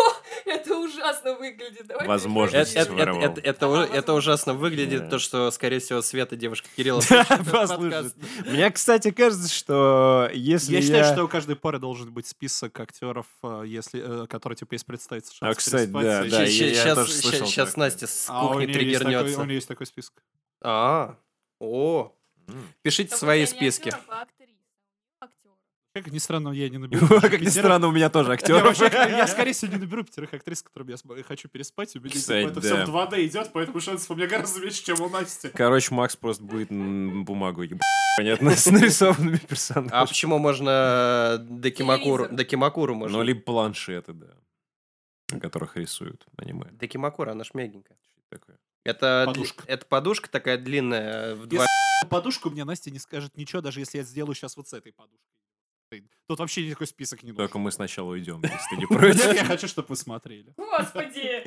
Это ужасно выглядит. Давай
Возможно,
Это,
перейдем к
Жесть
это-
следующему.
это-
воровал.
это- это у- это ужасно выглядит,
Да.
то, что, скорее всего, Света, девушка Кирилла, слушает этот
Послушай,
подкаст.
Мне, кстати, кажется, что если
Я считаю,
я-
что у каждой пары должен быть список актеров, э, если, э, которые типа есть представится шанс
А, кстати,
переспаться.
да,
И-
да,
Ща-
я- я
щас-
тоже
ща-
слышал
щас
такое.
Настя с
А у
кухни
нее есть такой- у
триггернется.
нее есть такой список.
А, о,
М.
пишите
Только
свои
я не
списки.
актёр, а актриса. Актёр.
Как ни странно, я не наберу.
Как ни
пятерых-
странно, у меня тоже
Не,
актеров.
вообще, Я, скорее всего, не наберу пятерых актрис, с которыми я см- хочу переспать. У меня типа,
Кстати,
это
да.
все в 2D идет, поэтому шансов у меня гораздо меньше, чем у Насти.
Короче, Макс просто будет м, бумагу ебать, понятно, с нарисованными
А
персонажами.
почему можно э, Дакимакуру?
Телевизор.
Дакимакуру можно.
Ну, либо планшеты, да. На которых рисуют аниме.
Дакимакура, она ж мягенькая.
Что-то такое.
Это, дли-
Подушка.
это подушка такая длинная, в
Если
два...
Подушку мне Настя не скажет ничего, даже если я сделаю сейчас вот с этой подушкой. Тут вообще никакой список не
Только
нужен.
мы сначала уйдем, если ты не
Нет, Я
против.
хочу, чтобы вы смотрели.
Господи!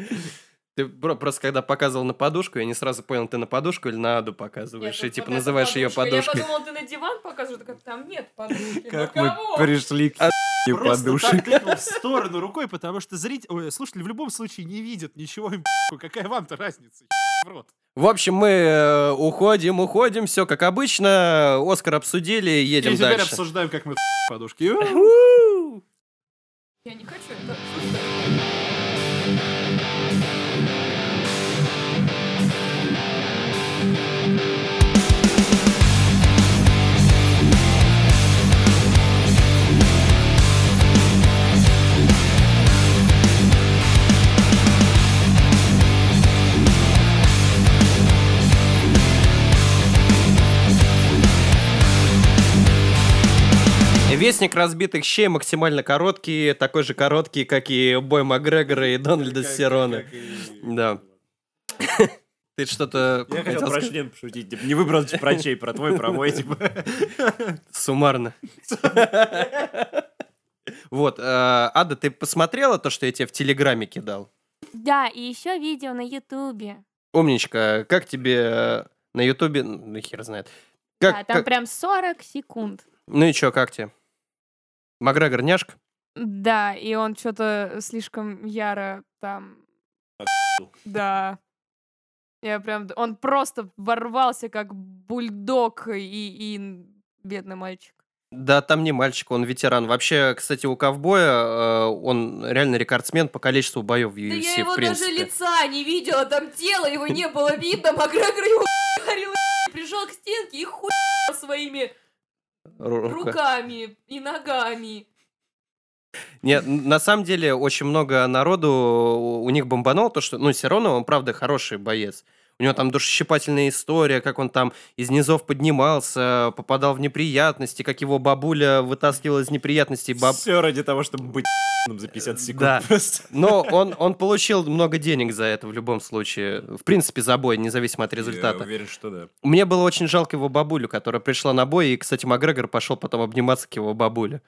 Ты про- просто когда показывал на подушку, я не сразу понял, ты на подушку или на Аду показываешь,
Нет,
и
вот
типа
это
называешь ее
подушка.
подушкой.
Я подумал, ты на диван покажешь, так как там нет подушки.
Как
ну
мы
кого?
пришли к
А,
и
Просто
подушек.
так тыкнул в сторону рукой, потому что зритель, ой, слушатель в любом случае не видит ничего. им похуй. Какая вам-то разница? еб в рот.
В общем, мы э, уходим, уходим, все как обычно. Оскар обсудили,
И
едем
теперь
дальше.
обсуждаем, как мы подушки.
У-у-у.
Я не хочу это.
Вестник разбитых щей максимально короткий, такой же короткий, как и Бой Макгрегора и Дональда Сирона. Да. Ты что-то хотел
Я хотел про
сказать?
член пошутить. типа, Не выбрал про чей, про твой, про мой. типа.
Суммарно. Вот, э, Ада, ты посмотрела то, что я тебе в Телеграме кидал?
Да, и еще видео на Ютубе.
Умничка, как тебе э, на Ютубе... Ну, хер знает. Как,
А,
Да, там
как-
прям 40 секунд.
Ну и чё, как тебе? Макгрегор няшка?
Да, и он что-то слишком яро там... Да. Я прям... Он просто ворвался как бульдог и, и бедный мальчик.
Да, там не мальчик, он ветеран. Вообще, кстати, у ковбоя э, он реально рекордсмен по количеству боев в UFC,
Да я его
в принципе.
даже лица не видела, там тело его не было видно, Макгрегор его харил, прижал к стенке и хуй своими
Ру- рука.
руками и ногами.
Нет, на самом деле очень много народу у у них бомбануло то, что, ну, Серонов, он правда хороший боец. У него там душесчипательная история, как он там из низов поднимался, попадал в неприятности, как его бабуля вытаскивала из неприятностей баб...
Все ради того, чтобы быть за 50 секунд
Да.
просто.
Но он, он получил много денег за это в любом случае. В принципе, за бой, независимо от результата.
Я уверен, что да.
Мне было очень жалко его бабулю, которая пришла на бой, и, кстати, Макгрегор пошел потом обниматься к его бабуле.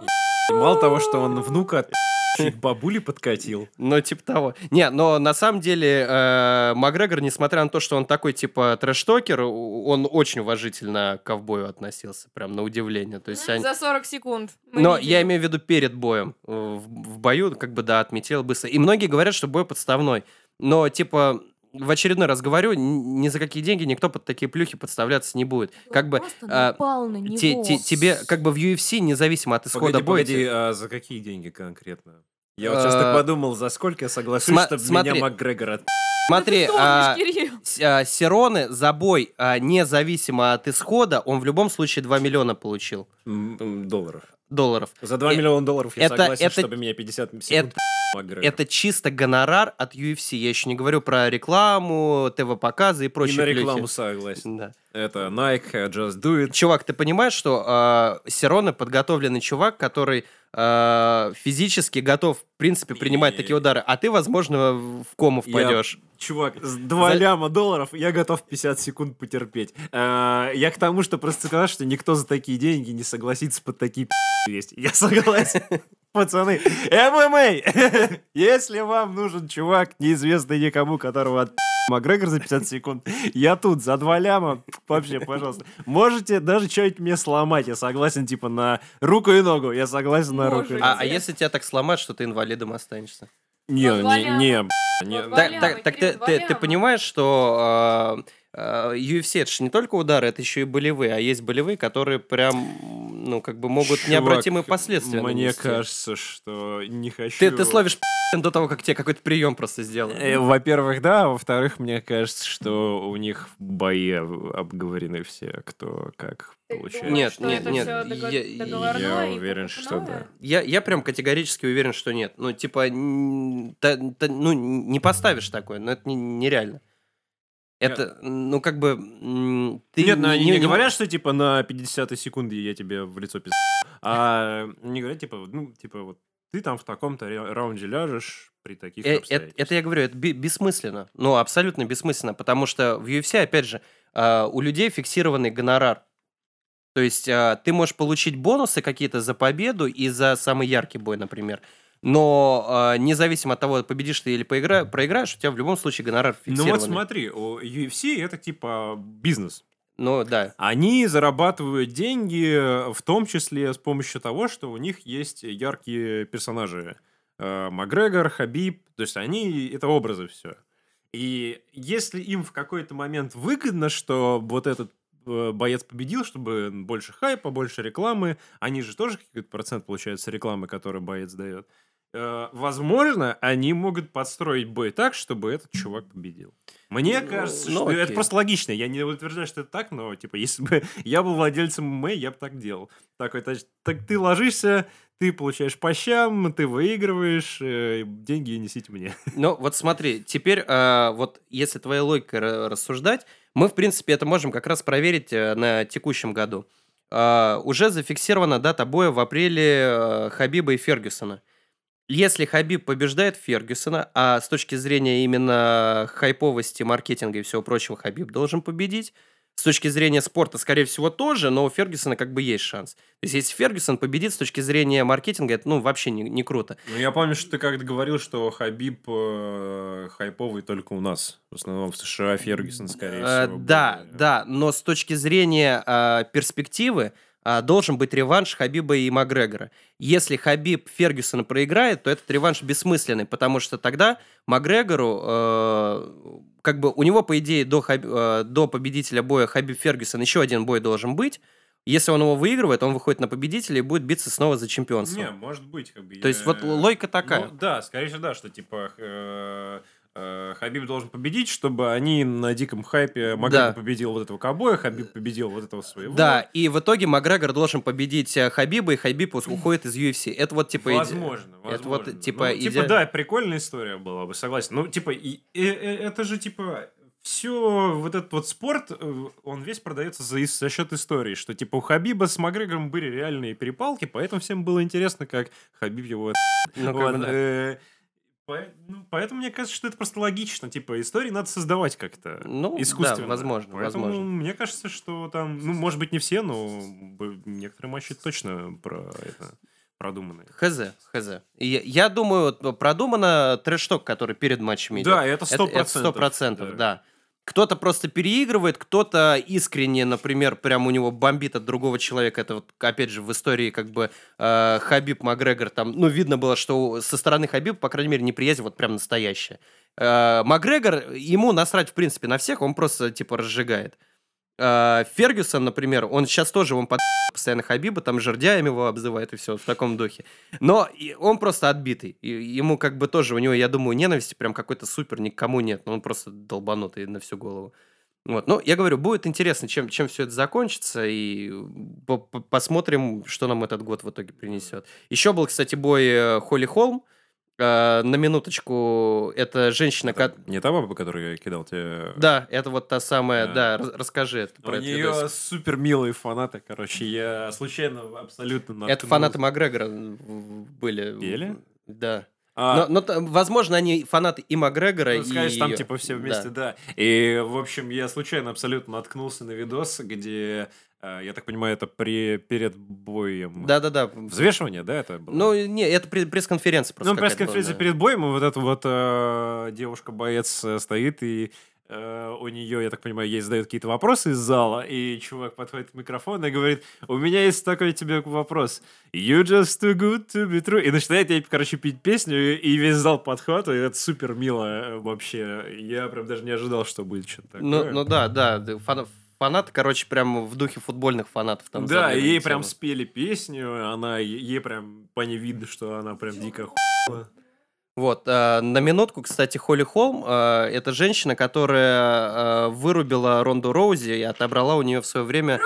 И мало того, что он внука от чуть к бабуле подкатил.
Ну, типа того. Не, но на самом деле э, Макгрегор, несмотря на то, что он такой, типа, трэштокер, у- он очень уважительно к ковбою относился, прям на удивление. То есть они-
За 40 секунд. мы
Но
видели.
я имею в виду перед боем. Э, В, в бою, как бы, да, отметил быстро. И многие говорят, что бой подставной. Но, типа, в очередной раз говорю, н- ни за какие деньги никто под такие плюхи подставляться не будет.
Ну,
Как бы...
Просто
а,
напал на него.
те- те- тебе, как бы в UFC, независимо от исхода
Погоди,
боя...
погоди,
те-
а за какие деньги конкретно? Я вот сейчас
Э,
так подумал, за сколько я соглашусь,
сма-
чтобы
смотри.
меня Макгрегор от...
Смотри,
Ты
а,
вспомнишь, Кирилл.
с- а, Сироны за бой, а, независимо от исхода, он в любом случае 2 миллиона получил
м, м, долларов.
долларов.
За 2
Э,
миллиона долларов я
это-
согласен,
это-
чтобы меня 50 секунд Макгрегор.
Это чисто гонорар от UFC. Я еще не говорю про рекламу, ТВ-показы и
И
прочие
на
плюхи.
рекламу согласен.
Да.
Это Nike, Just Do It.
Чувак, ты понимаешь, что а, Сироны подготовленный чувак, который а, физически готов, в принципе, принимать такие удары, а ты, возможно, в в кому
Я-
впадешь.
Чувак, с 2
За-
ляма долларов я готов 50 секунд потерпеть. Э, Я к тому, что просто сказал, что никто за такие деньги не согласится под такие есть. Я согласен. Пацаны, ММА! Если вам нужен чувак, неизвестный никому, которого от Макгрегор за 50 секунд, я тут за 2 ляма. Вообще, пожалуйста. Можете даже что-нибудь мне сломать. Я согласен, типа, на руку и ногу. Я согласен на руку и
Можете.
А,
ногу.
а если тебя так сломать, что ты инвалидом останешься?
Не,
Ну, два
не,
ляма.
не, б***ь, не.
Вот два
Так,
ляма,
так, так ты,
Кирилл, два
ты- ты
ляма.
понимаешь, что э, э, UFC это же не только удары, это еще и болевые, а есть болевые, которые прям, ну, как бы могут
Чувак,
необратимые последствия.
Мне
нанести.
кажется, что не хочу.
Ты, ты словишь до того, как тебе какой-то прием просто
Э,
сделают.
Во-первых, да, а во-вторых, мне кажется, что у них в бое обговорены все, кто как
Ты
получает.
думаешь,
Нет,
что
нет,
это
нет,
всё догов-
я- я
договорное и
уверен, что да.
покупное?
Я, я прям категорически уверен, что нет. Ну, типа, н- та- та- ну, не поставишь такое, но это не- нереально. Это, ну, как бы... м, Ты
Нет, ну они не,
не-
говорят, что типа на 50 секунды я тебе в лицо пизду. А не говорят, типа, ну, типа, вот ты там в таком-то ре- раунде ляжешь при таких
Э, э, Это,
обстоятельствах.
я говорю, это бе- бессмысленно. Ну, абсолютно бессмысленно, потому что в UFC, опять же, а, у людей фиксированный гонорар. То есть а, ты можешь получить бонусы какие-то за победу и за самый яркий бой, например. Но а, независимо от того, победишь ты или поигра- проиграешь, у тебя в любом случае гонорар
Ну
фиксированный.
вот смотри, у UFC это типа бизнес.
Ну, да.
Они зарабатывают деньги э, в том числе с помощью того, что у них есть яркие персонажи. Э, Макгрегор, Хабиб, то есть они это образы все. И если им в какой-то момент выгодно, что вот этот э, боец победил, чтобы больше хайпа, больше рекламы, они же тоже какой-то процент получается рекламы, которую боец дает. Э, Возможно, они могут подстроить бой так, чтобы этот чувак победил. Мне
Ну,
кажется,
ну,
что это
окей.
просто логично. Я не утверждаю, что это так, но типа, если бы я был владельцем ММА, я бы так делал. Такой, значит, так ты ложишься, ты получаешь по щам, ты выигрываешь, э, деньги несите мне.
Ну, вот смотри, теперь а, вот если твоей логикой ра- рассуждать, мы, в принципе, это можем как раз проверить э, на текущем году. А, уже зафиксирована дата боя в апреле э, Хабиба и Фергюсона. Если Хабиб побеждает Фергюсона, а с точки зрения именно хайповости, маркетинга и всего прочего, Хабиб должен победить. С точки зрения спорта, скорее всего, тоже, но у Фергюсона как бы есть шанс. То есть, если Фергюсон победит с точки зрения маркетинга, это, ну, вообще не, не круто.
Ну, я помню, что ты как-то говорил, что Хабиб э, хайповый только у нас. В основном в США Фергюсон, скорее
Э,
всего.
Да,
более.
да, но с точки зрения э, перспективы э, должен быть реванш Хабиба и Макгрегора. Если Хабиб Фергюсона проиграет, то этот реванш бессмысленный, потому что тогда Макгрегору э, как бы у него, по идее, до, Хаб- э, до победителя боя Хабиб Фергюсон еще один бой должен быть. Если он его выигрывает, он выходит на победителя и будет биться снова за чемпионство.
Не, может быть, как бы.
То есть
я-
вот л- логика такая.
Ну, да, скорее всего, да, что типа э, э, Хабиб должен победить, чтобы они на диком хайпе Магомед
Да. Э,
победил вот этого кобоя, Хабиб победил вот этого своего.
Да, и в итоге Макгрегор должен победить э, Хабиба, и Хабиб ус- уходит из UFC. Это вот типа... иде-
возможно, возможно.
это вот, типа,
Ну,
иде-
типа, да, прикольная история была бы, согласен. Ну, типа, и- э- э- это же, типа, все, вот этот вот спорт, э, он весь продается за, за счет истории, что, типа, у Хабиба с Макгрегором были реальные перепалки, поэтому всем было интересно, как Хабиб его...
Ну, как
Вот,
бы да.
э, по- ну, Поэтому мне кажется, что это просто логично. Типа, истории надо создавать как-то.
Ну, да,
искусственно.
возможно,
Поэтому
возможно.
мне кажется, что там, ну, может быть, не все, но б- некоторые матчи точно про это продуманы.
Хз, хз. И Я, я думаю, вот продумано трэшток, который перед матчами идет.
Да, это
Это-
сто
это
процентов.
100%, да. Кто-то просто переигрывает, кто-то искренне, например, прям у него бомбит от другого человека. Это вот, опять же, в истории как бы э, Хабиб Макгрегор там, ну, видно было, что у- со стороны Хабиба, по крайней мере, неприязнь вот прям настоящая. Э, Макгрегор, ему насрать, в принципе, на всех, он просто, типа, разжигает. Э, Фергюсон, например, он сейчас тоже, он под постоянно Хабиба, там жердяем его обзывает и все, в таком духе. Но и он просто отбитый. И ему как бы тоже, у него, я думаю, ненависти прям какой-то супер никому нет. Но он просто долбанутый на всю голову. Вот. Ну, я говорю, будет интересно, чем, чем все это закончится, и э, по- по- посмотрим, что нам этот год в итоге принесет. Еще был, кстати, бой э, Холли Холм. Э, на минуточку, это женщина... ко-
Не та баба, которую я кидал тебе.
Да, это вот та самая, да,
Да.
рас- расскажи это,
У
про этот видос.
нее супер милые фанаты, короче. Я случайно абсолютно
Это
наткнулся.
фанаты Макгрегора м, м, были.
Пели?
Да.
А,
Но, но там, возможно, они фанаты и Макгрегора,
Ну,
и...
скажешь, там
её.
типа все
Да.
вместе, да. И, в общем, я случайно абсолютно наткнулся на видос, где, э, я так понимаю, это при, перед боем.
Да-да-да.
Взвешивание, да, это было?
Ну, не, это пресс- пресс-конференция просто.
Ну, пресс-конференция
какая-то была,
перед боем, и вот эта вот э, девушка-боец э, стоит, и э, у нее, я так понимаю, ей задают какие-то вопросы из зала, и чувак подходит к микрофону и говорит, у меня есть такой тебе вопрос. You just too good to be true. И начинает ей, короче, петь песню, и- и весь зал подхватывает. Это супер мило э, вообще. Я прям даже не ожидал, что будет что-то
да.
такое.
Ну, ну да, да. да, фана- Фанаты, короче, прям в духе футбольных фанатов там.
да,
задвинули
ей
тему.
прям спели песню, она, е- ей прям по ней видно, что она прям дико ху...
Вот, э, на минутку, кстати, Холли Холм, э, это женщина, которая э, вырубила Ронду Роузи и отобрала у нее в свое время...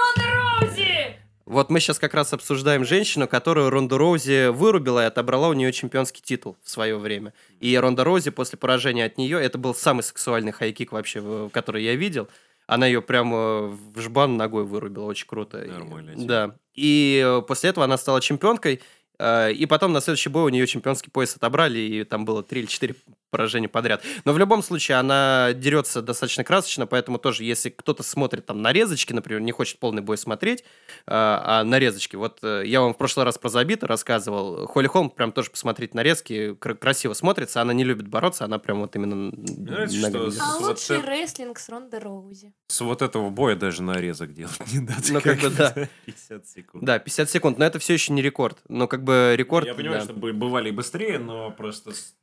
Рози!
Вот мы сейчас как раз обсуждаем женщину, которую Ронда Роузи вырубила и отобрала у нее чемпионский титул в свое время. И Ронда Роузи после поражения от нее, это был самый сексуальный хайкик вообще, в- который я видел. Она ее прямо в жбан ногой вырубила, очень круто. И-
Нормально, типа.
Да. И э, после этого она стала чемпионкой, э, и потом на следующий бой у нее чемпионский пояс отобрали, и там было 3 или 4 поражения подряд. Но в любом случае она дерется достаточно красочно, поэтому тоже, если кто-то смотрит там нарезочки, например, не хочет полный бой смотреть, а, а нарезочки. Вот э, я вам в прошлый раз про забито рассказывал. Холли Холм прям тоже посмотреть нарезки, кр- красиво смотрится. Она не любит бороться, она прям вот именно... Мне
нравится, что с-
А
Вот
лучший
это-
рестлинг с Ронда Роузи.
С вот этого боя даже нарезок делать не надо.
Ну, как бы, да.
50 секунд.
Да, 50 секунд, но это все еще не рекорд. Но как бы рекорд...
Я понимаю,
да.
что бы- бывали и быстрее, но просто... с-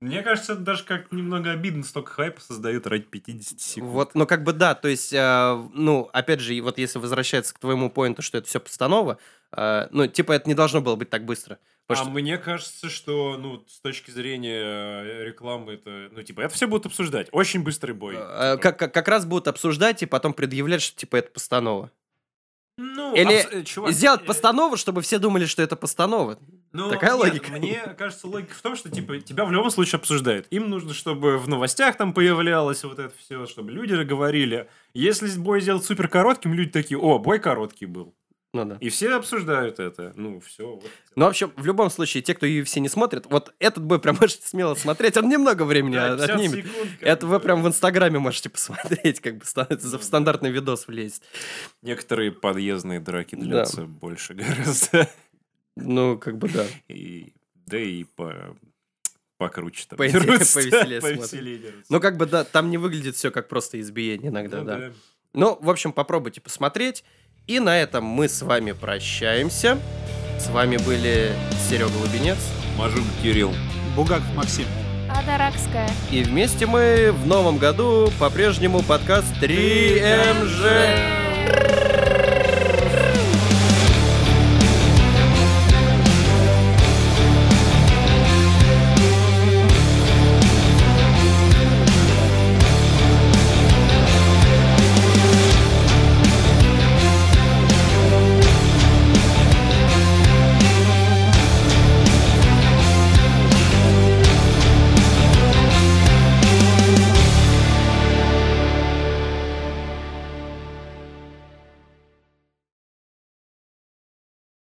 Мне кажется, это даже как немного обидно, столько хайпа создают ради 50 секунд.
Вот, ну как бы да, то есть, э, ну, опять же, и вот если возвращаться к твоему поинту, что это все постанова, э, ну, типа, это не должно было быть так быстро.
А
Потому что-
мне кажется, что, ну, с точки зрения э, рекламы, это, ну, типа, это все будут обсуждать. Очень быстрый бой.
э, как, как, как раз будут обсуждать и потом предъявлять, что типа это постанова.
Ну,
Или
абс- э, чувак,
Сделать
э,
постанову, чтобы все думали, что это постанова.
Ну,
Такая
нет,
логика.
Мне кажется, логика в том, что типа тебя в любом случае обсуждают. Им нужно, чтобы в новостях там появлялось вот это все, чтобы люди говорили. Если бой сделать супер коротким, люди такие, о, бой короткий был.
Ну да.
И все обсуждают это. Ну, все.
Ну, в общем, в любом случае, те, кто UFC не смотрит, вот этот бой прям можете смело смотреть, он немного времени отнимет. Это вы прям в Инстаграме можете посмотреть, как бы становится, в стандартный видос влезет.
Некоторые подъездные драки
Да.
длятся больше гораздо.
Ну, как бы да.
И, да и по... покруче там.
Повеселее-
дерутся.
повеселее смотрят.
повеселее дерутся.
Ну, как бы да, там не выглядит все как просто избиение иногда,
Ну
да.
да.
Ну, в общем, попробуйте посмотреть. И на этом мы с вами прощаемся. С вами были Серега Лубенец.
Мажун Кирилл.
Бугаков Максим.
Адаракская.
И вместе мы в новом году по-прежнему подкаст 3 mg